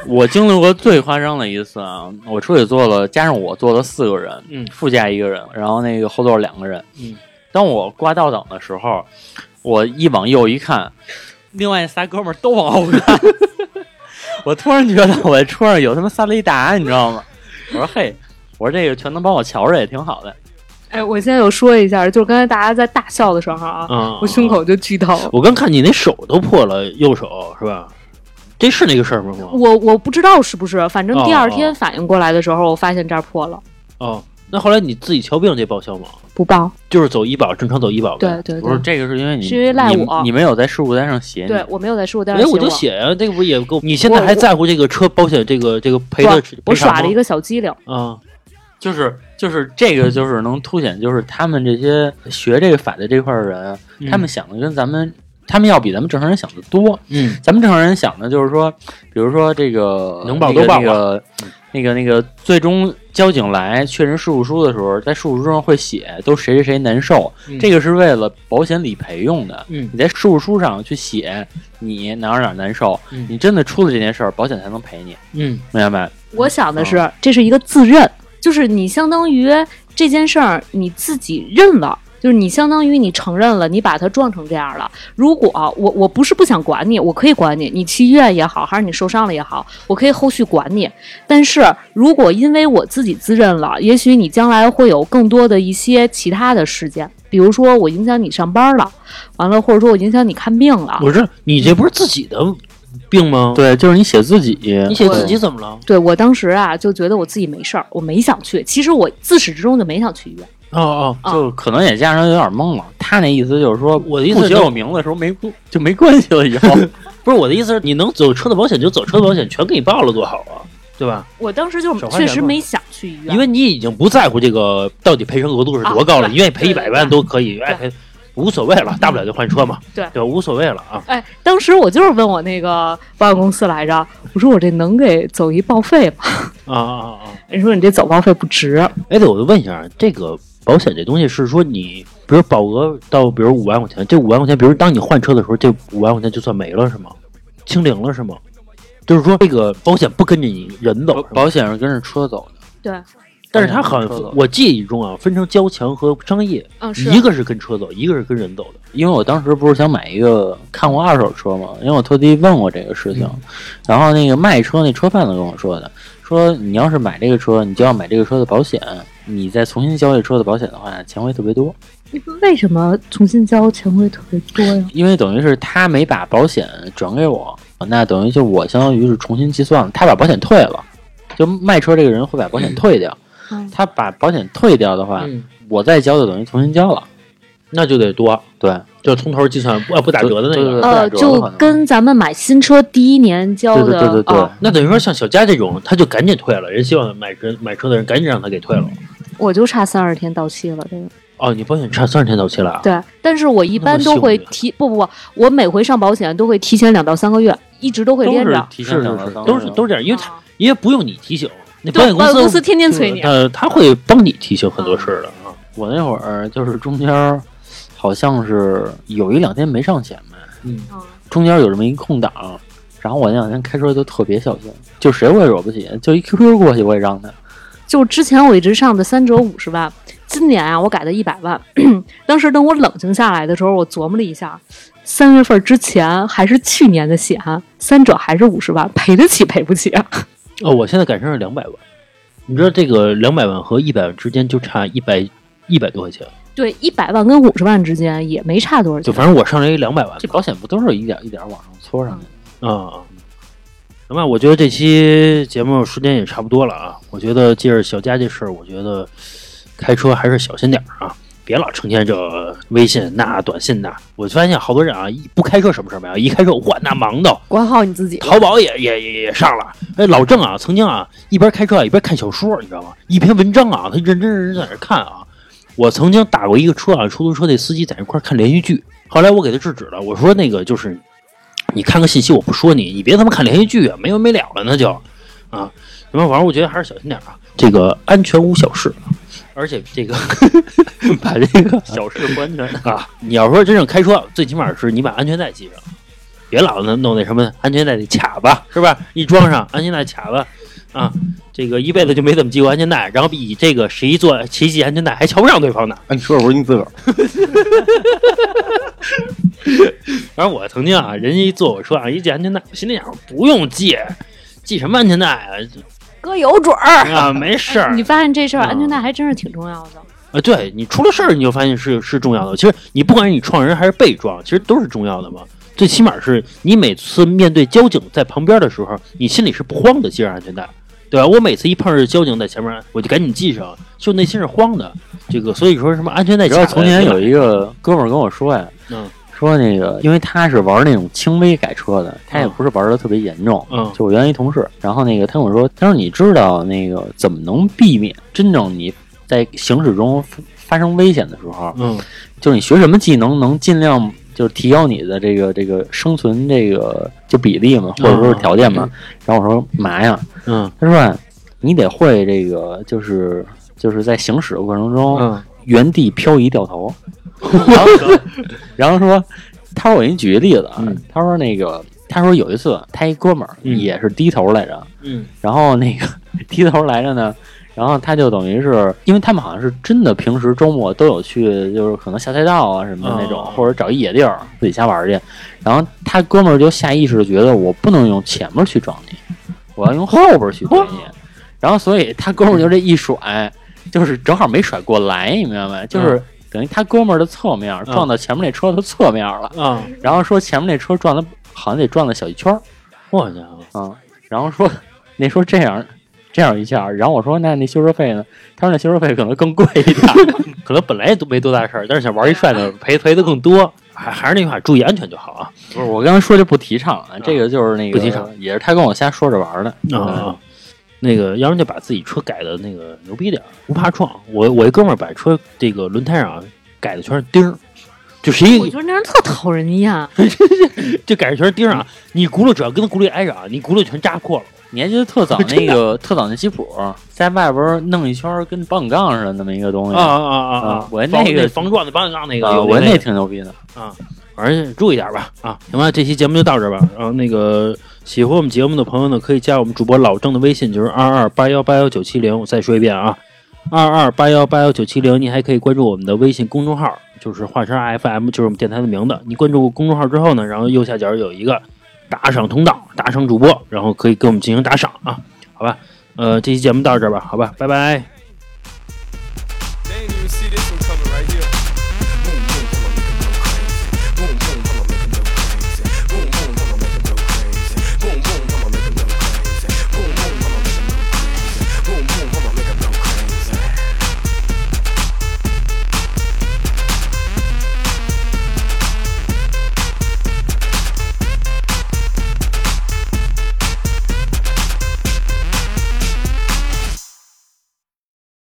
[SPEAKER 3] 我经历过最夸张的一次啊，我出去坐了，加上我坐了四个人，
[SPEAKER 1] 嗯
[SPEAKER 3] 副驾一个人，然后那个后座两个人，
[SPEAKER 1] 嗯。
[SPEAKER 3] 当我挂倒档的时候，我一往右一看，另外仨哥们儿都往后 看，我突然觉得我这车上有他妈仨雷达，你知道吗？我说嘿，我说这个全能帮我瞧着也挺好的。
[SPEAKER 5] 哎，我现在有说一下，就是刚才大家在大笑的时候啊，
[SPEAKER 1] 嗯
[SPEAKER 5] 我胸。
[SPEAKER 1] 嗯
[SPEAKER 5] 口就剧痛。
[SPEAKER 1] 我刚看你那手都破了，右手是吧？这是那个事儿吗？
[SPEAKER 5] 我我不知道是不是，反正第二
[SPEAKER 1] 哦
[SPEAKER 5] 天
[SPEAKER 1] 哦
[SPEAKER 5] 反应过来的时候，我发现这儿破了，
[SPEAKER 1] 哦，那后来你自己瞧病这报销吗？
[SPEAKER 5] 不报。
[SPEAKER 1] 就是走医保，正常走医保
[SPEAKER 5] 对
[SPEAKER 1] 呗。
[SPEAKER 5] 对
[SPEAKER 3] 不是
[SPEAKER 5] 对，
[SPEAKER 3] 这个是因为你
[SPEAKER 5] 是因为赖
[SPEAKER 3] 你
[SPEAKER 5] 我
[SPEAKER 3] 你没有在事故单上写你。
[SPEAKER 5] 对我没有啊在事故单
[SPEAKER 1] 哎
[SPEAKER 5] 上，
[SPEAKER 1] 我就写呀、这个不也够？你现在还在乎这个车保险这个这个赔的
[SPEAKER 5] 我
[SPEAKER 1] 赔
[SPEAKER 5] 我
[SPEAKER 1] 偿吗
[SPEAKER 5] 耍了一个小机灵。
[SPEAKER 1] 啊，
[SPEAKER 3] 就是就是这个就是能凸显，就是他们这些学这个法的这块儿人，啊
[SPEAKER 1] 嗯
[SPEAKER 3] 他们想的跟咱们，他们要比咱们正常人想的多。
[SPEAKER 1] 嗯
[SPEAKER 3] 咱们正常人想的就是说，比如说这个
[SPEAKER 1] 能报
[SPEAKER 3] 那个
[SPEAKER 1] 都报
[SPEAKER 3] 那个那个那个最终交警来确认事故书的时候，在事故书上会写都谁谁谁难受，
[SPEAKER 1] 嗯
[SPEAKER 3] 这个是为了保险理赔用的。
[SPEAKER 1] 嗯
[SPEAKER 3] 你在事故书上去写你哪儿哪儿难受，
[SPEAKER 1] 嗯
[SPEAKER 3] 你真的出了这件事儿，保险才能赔你，
[SPEAKER 1] 嗯
[SPEAKER 3] 明白没？
[SPEAKER 5] 我想的是，这是一个自认，就是你相当于这件事儿你自己认了。就是你相当于你承认了，你把它撞成这样了。如果啊我我不是不想管你，我可以管你，你去医院也好，还是你受伤了也好，我可以后续管你。但是如果因为我自己自认了，也许你将来会有更多的一些其他的事件，比如说我影响你上班了，完了或者说我影响你看病了，
[SPEAKER 1] 我这你这不是自己的病吗？，
[SPEAKER 3] 对，就是你写自己，
[SPEAKER 1] 你写自己怎么了？
[SPEAKER 5] 对我当时啊就觉得我自己没事儿，我没想去。其实我自始至终就没想去医院。
[SPEAKER 1] 哦哦，
[SPEAKER 5] 啊
[SPEAKER 3] 就可能也加上有点懵了。他那意思就是说，
[SPEAKER 1] 我的意思
[SPEAKER 3] 不写
[SPEAKER 1] 就
[SPEAKER 3] 我名字的时候没就没关系了，以 后
[SPEAKER 1] 不是我的意思是，你能走车的保险就走车的保险，全给你报了多好啊，对吧？
[SPEAKER 5] 我当时就
[SPEAKER 1] 少花
[SPEAKER 5] 确
[SPEAKER 1] 钱
[SPEAKER 5] 实
[SPEAKER 1] 嘛
[SPEAKER 5] 没想去医院，
[SPEAKER 1] 因为你已经不在乎这个到底赔偿额度是多高了，
[SPEAKER 5] 啊对
[SPEAKER 1] 你愿意赔一百万都可以，
[SPEAKER 5] 对
[SPEAKER 1] 爱赔无所谓了，大不了就换车嘛，
[SPEAKER 5] 对
[SPEAKER 1] 对吧？无所谓了啊。
[SPEAKER 5] 哎，当时我就是问我那个保险公司来着，我说我这能给走一报废吗？
[SPEAKER 1] 啊啊啊啊！
[SPEAKER 5] 人说你这走报废不值，
[SPEAKER 1] 哎，对，我就问一下，这个保险这东西是说你，比如保额到比如五万块钱，这五万块钱，比如当你换车的时候，这五万块钱就算没了是吗？清零了是吗？就是说这个保险不跟着你人走
[SPEAKER 3] 保
[SPEAKER 1] 是吗，
[SPEAKER 3] 保险是跟着车走的。
[SPEAKER 5] 对，
[SPEAKER 1] 但是它好
[SPEAKER 3] 车走
[SPEAKER 1] 像我记忆中啊，分成交强和商业，
[SPEAKER 5] 嗯是
[SPEAKER 1] 一个是跟车走，一个是跟人走的。
[SPEAKER 3] 因为我当时不是想买一个看过二手车嘛，因为我特地问过这个事情，然后那个卖车那车贩子跟我说的，说你要是买这个车，你就要买这个车的保险，你再重新交这车的保险的话，钱会特别多，
[SPEAKER 5] 为什么重新交钱会特别多呀？
[SPEAKER 3] 因为等于是他没把保险转给我，那等于就我相当于是重新计算了，他把保险退了，就卖车这个人会把保险退掉，
[SPEAKER 5] 嗯
[SPEAKER 3] 他把保险退掉的话，我再交就等于重新交了，
[SPEAKER 1] 那就得多，
[SPEAKER 3] 对，
[SPEAKER 1] 就从头计算，不不打折的那
[SPEAKER 3] 对对对
[SPEAKER 1] 个。
[SPEAKER 5] 呃，
[SPEAKER 3] 对折
[SPEAKER 5] 就
[SPEAKER 3] 了可能
[SPEAKER 5] 跟咱们买新车第一年交
[SPEAKER 3] 对
[SPEAKER 5] 的
[SPEAKER 3] 对对对对，
[SPEAKER 5] 啊，
[SPEAKER 1] 那等于说像小佳这种，他就赶紧退了，人希望买车买车的人赶紧让他给退了。
[SPEAKER 5] 我就差三十天到期了，这个。
[SPEAKER 1] 哦，你保险差三十天到期了啊？
[SPEAKER 5] 对，但是我一般都会
[SPEAKER 1] 那么幸运
[SPEAKER 5] 提，不不不，我每回上保险都会提前两到三个月，一直都会连
[SPEAKER 3] 都是
[SPEAKER 5] 着。
[SPEAKER 3] 提前
[SPEAKER 1] 是是
[SPEAKER 3] 两
[SPEAKER 1] 是
[SPEAKER 3] 到三，个
[SPEAKER 1] 都是
[SPEAKER 3] 月
[SPEAKER 1] 都是这样，因为他
[SPEAKER 5] 啊
[SPEAKER 1] 因为不用你提醒，那
[SPEAKER 5] 对
[SPEAKER 1] 保险公司
[SPEAKER 5] 保险公司天天催你啊
[SPEAKER 1] 呃，他会帮你提醒很多事儿的啊。
[SPEAKER 3] 我那会儿就是中间儿好像是有一两天没上险呗，
[SPEAKER 1] 嗯，
[SPEAKER 5] 嗯
[SPEAKER 3] 中间有这么一空档，然后我那两天开车就特别小心，就谁我也惹不起，就一 QQ 过去我也让他。
[SPEAKER 5] 就之前我一直上的三折五十万，今年啊我改的一百万。 当时等我冷静下来的时候，我琢磨了一下，三月份之前还是去年的险，三者还是五十万，赔得起赔不起。啊
[SPEAKER 1] 哦，我现在赶上是两百万，你知道这个两百万和一百万之间就差一百一百多块钱，
[SPEAKER 5] 对，一百万跟五十万之间也没差多少
[SPEAKER 1] 就
[SPEAKER 5] 钱。
[SPEAKER 1] 反正我上了一两百万
[SPEAKER 3] 这保险不都是一点一点往上搓上去的？
[SPEAKER 1] 啊啊。行吧，我觉得这期节目时间也差不多了啊。我觉得借着小佳这事儿，我觉得开车还是小心点儿啊，别老成天这微信那短信那。我发现好多人啊，一不开车什么事儿没有，一开车哇那忙的，
[SPEAKER 4] 管好你自己。
[SPEAKER 1] 淘宝也也也也上了。哎，老郑啊，曾经啊，一边开车啊一边看小说，你知道吗？一篇文章啊，他认真认真在那看啊。我曾经打过一个车啊，出租车那司机在那块儿看连续剧，后来我给他制止了，我说那个就是你看个信息，我不说你，你别他妈看连续剧啊，没完没了了那就啊。什么玩意儿？我觉得还是小心点啊，这个安全无小事。而且这个 把这个
[SPEAKER 3] 小事不安全。
[SPEAKER 1] 啊，你要说真正开车，最起码是你把安全带系上，别老弄弄那什么安全带的卡吧，是吧？一装上安全带卡吧，啊，这个一辈子就没怎么系过安全带，然后比这个谁做谁系安全带还瞧不上对方呢。
[SPEAKER 2] 哎，你说的不是你自个儿，
[SPEAKER 1] 反正我曾经啊，人家一坐我车啊，一系安全带，我心里想不用系，系什么安全带啊？
[SPEAKER 4] 哥有准儿，
[SPEAKER 1] 啊，没事儿
[SPEAKER 5] 你。发现这事儿安全
[SPEAKER 1] 嗯
[SPEAKER 5] 带还真是挺重要的。
[SPEAKER 1] 啊，对你出了事儿，你就发现是是重要的。其实你不管是你撞人还是被撞，其实都是重要的嘛。最起码是你每次面对交警在旁边的时候，你心里是不慌的，系上安全带，对吧？我每次一碰着交警在前面，我就赶紧系上，就内心是慌的。这个所以说什么安全带
[SPEAKER 3] 你
[SPEAKER 1] 卡
[SPEAKER 3] 知
[SPEAKER 1] 呀，
[SPEAKER 3] 道从前
[SPEAKER 1] 对吧
[SPEAKER 3] 有一个哥们儿跟我说呀，
[SPEAKER 1] 嗯
[SPEAKER 3] 说那个，因为他是玩那种轻微改车的，他也不是玩的特别严重。
[SPEAKER 1] 嗯
[SPEAKER 3] 就我原来一同事，然后那个他跟我说，他说你知道那个怎么能避免真正你在行驶中发发生危险的时候，
[SPEAKER 1] 嗯
[SPEAKER 3] 就是你学什么技能能尽量就是提高你的这个这个生存这个就比例嘛，或者说是条件嘛。然后我说嘛呀，
[SPEAKER 1] 嗯
[SPEAKER 3] 他说啊你得会这个就是就是在行驶的过程中，
[SPEAKER 1] 嗯
[SPEAKER 3] 原地漂移掉头，然后然后说，他说我给你举个例子啊，
[SPEAKER 1] 嗯
[SPEAKER 3] 他说那个，他说有一次他一哥们儿
[SPEAKER 1] 嗯
[SPEAKER 3] 也是低头来着，
[SPEAKER 1] 嗯
[SPEAKER 3] 然后那个低头来着呢，然后他就等于是因为他们好像是真的平时周末都有去，就是可能下赛道啊什么的那种，
[SPEAKER 1] 哦
[SPEAKER 3] 或者找一野地儿自己瞎玩儿去，然后他哥们儿就下意识的觉得我不能用前面去撞你，我要用后边儿去怼
[SPEAKER 1] 哦
[SPEAKER 3] 你，然后所以他哥们儿就这一甩，就是正好没甩过来，你明白没？就是。等于他哥们儿的侧面儿
[SPEAKER 1] 嗯
[SPEAKER 3] 撞到前面那车的侧面儿了，
[SPEAKER 1] 啊，
[SPEAKER 3] 然后说前面那车撞的好像得撞了小一圈儿，
[SPEAKER 1] 我家伙，
[SPEAKER 3] 啊，然后说 那说这样这样一下，然后我说那那修车费呢？他说那修车费可能更贵一点。
[SPEAKER 1] 可能本来都没多大事儿，但是想玩一帅的，赔赔的更多。还还是那句话，注意安全就好啊。
[SPEAKER 3] 不是我刚才说就不提倡了，这个就是那个
[SPEAKER 1] 嗯不提倡，
[SPEAKER 3] 也是他跟我瞎说着玩儿的。嗯
[SPEAKER 1] 啊，那个，要不然就把自己车改的那个牛逼点儿，不怕撞。我我一哥们儿把车这个轮胎上啊改的全是钉儿，就谁
[SPEAKER 5] 我觉得那人特讨人厌，
[SPEAKER 1] 就改的全是钉儿啊！你轱辘只要跟轱辘挨着啊，你轱辘全扎破了。
[SPEAKER 3] 你还记得特早那 个特早那吉普在外边儿弄一圈儿跟棒杠似的那么一个东西
[SPEAKER 1] 啊啊啊
[SPEAKER 3] 啊我
[SPEAKER 1] 防
[SPEAKER 3] 那个
[SPEAKER 1] 防撞的保险杠那个，
[SPEAKER 3] 啊
[SPEAKER 1] 有
[SPEAKER 3] 我
[SPEAKER 1] 那
[SPEAKER 3] 那
[SPEAKER 1] 个
[SPEAKER 3] 挺牛逼的。
[SPEAKER 1] 反正注意点吧啊！行吧，这期节目就到这儿吧。然后那个喜欢我们节目的朋友呢，可以加我们主播老郑的微信，就是二二八幺八幺九七零。我再说一遍啊，二二八幺八幺九七零。你还可以关注我们的微信公众号，就是华山 FM，就是我们电台的名字。你关注公众号之后呢，然后右下角有一个打赏通道，打赏主播，然后可以给我们进行打赏啊，好吧？呃，这期节目到这儿吧，好吧，拜拜。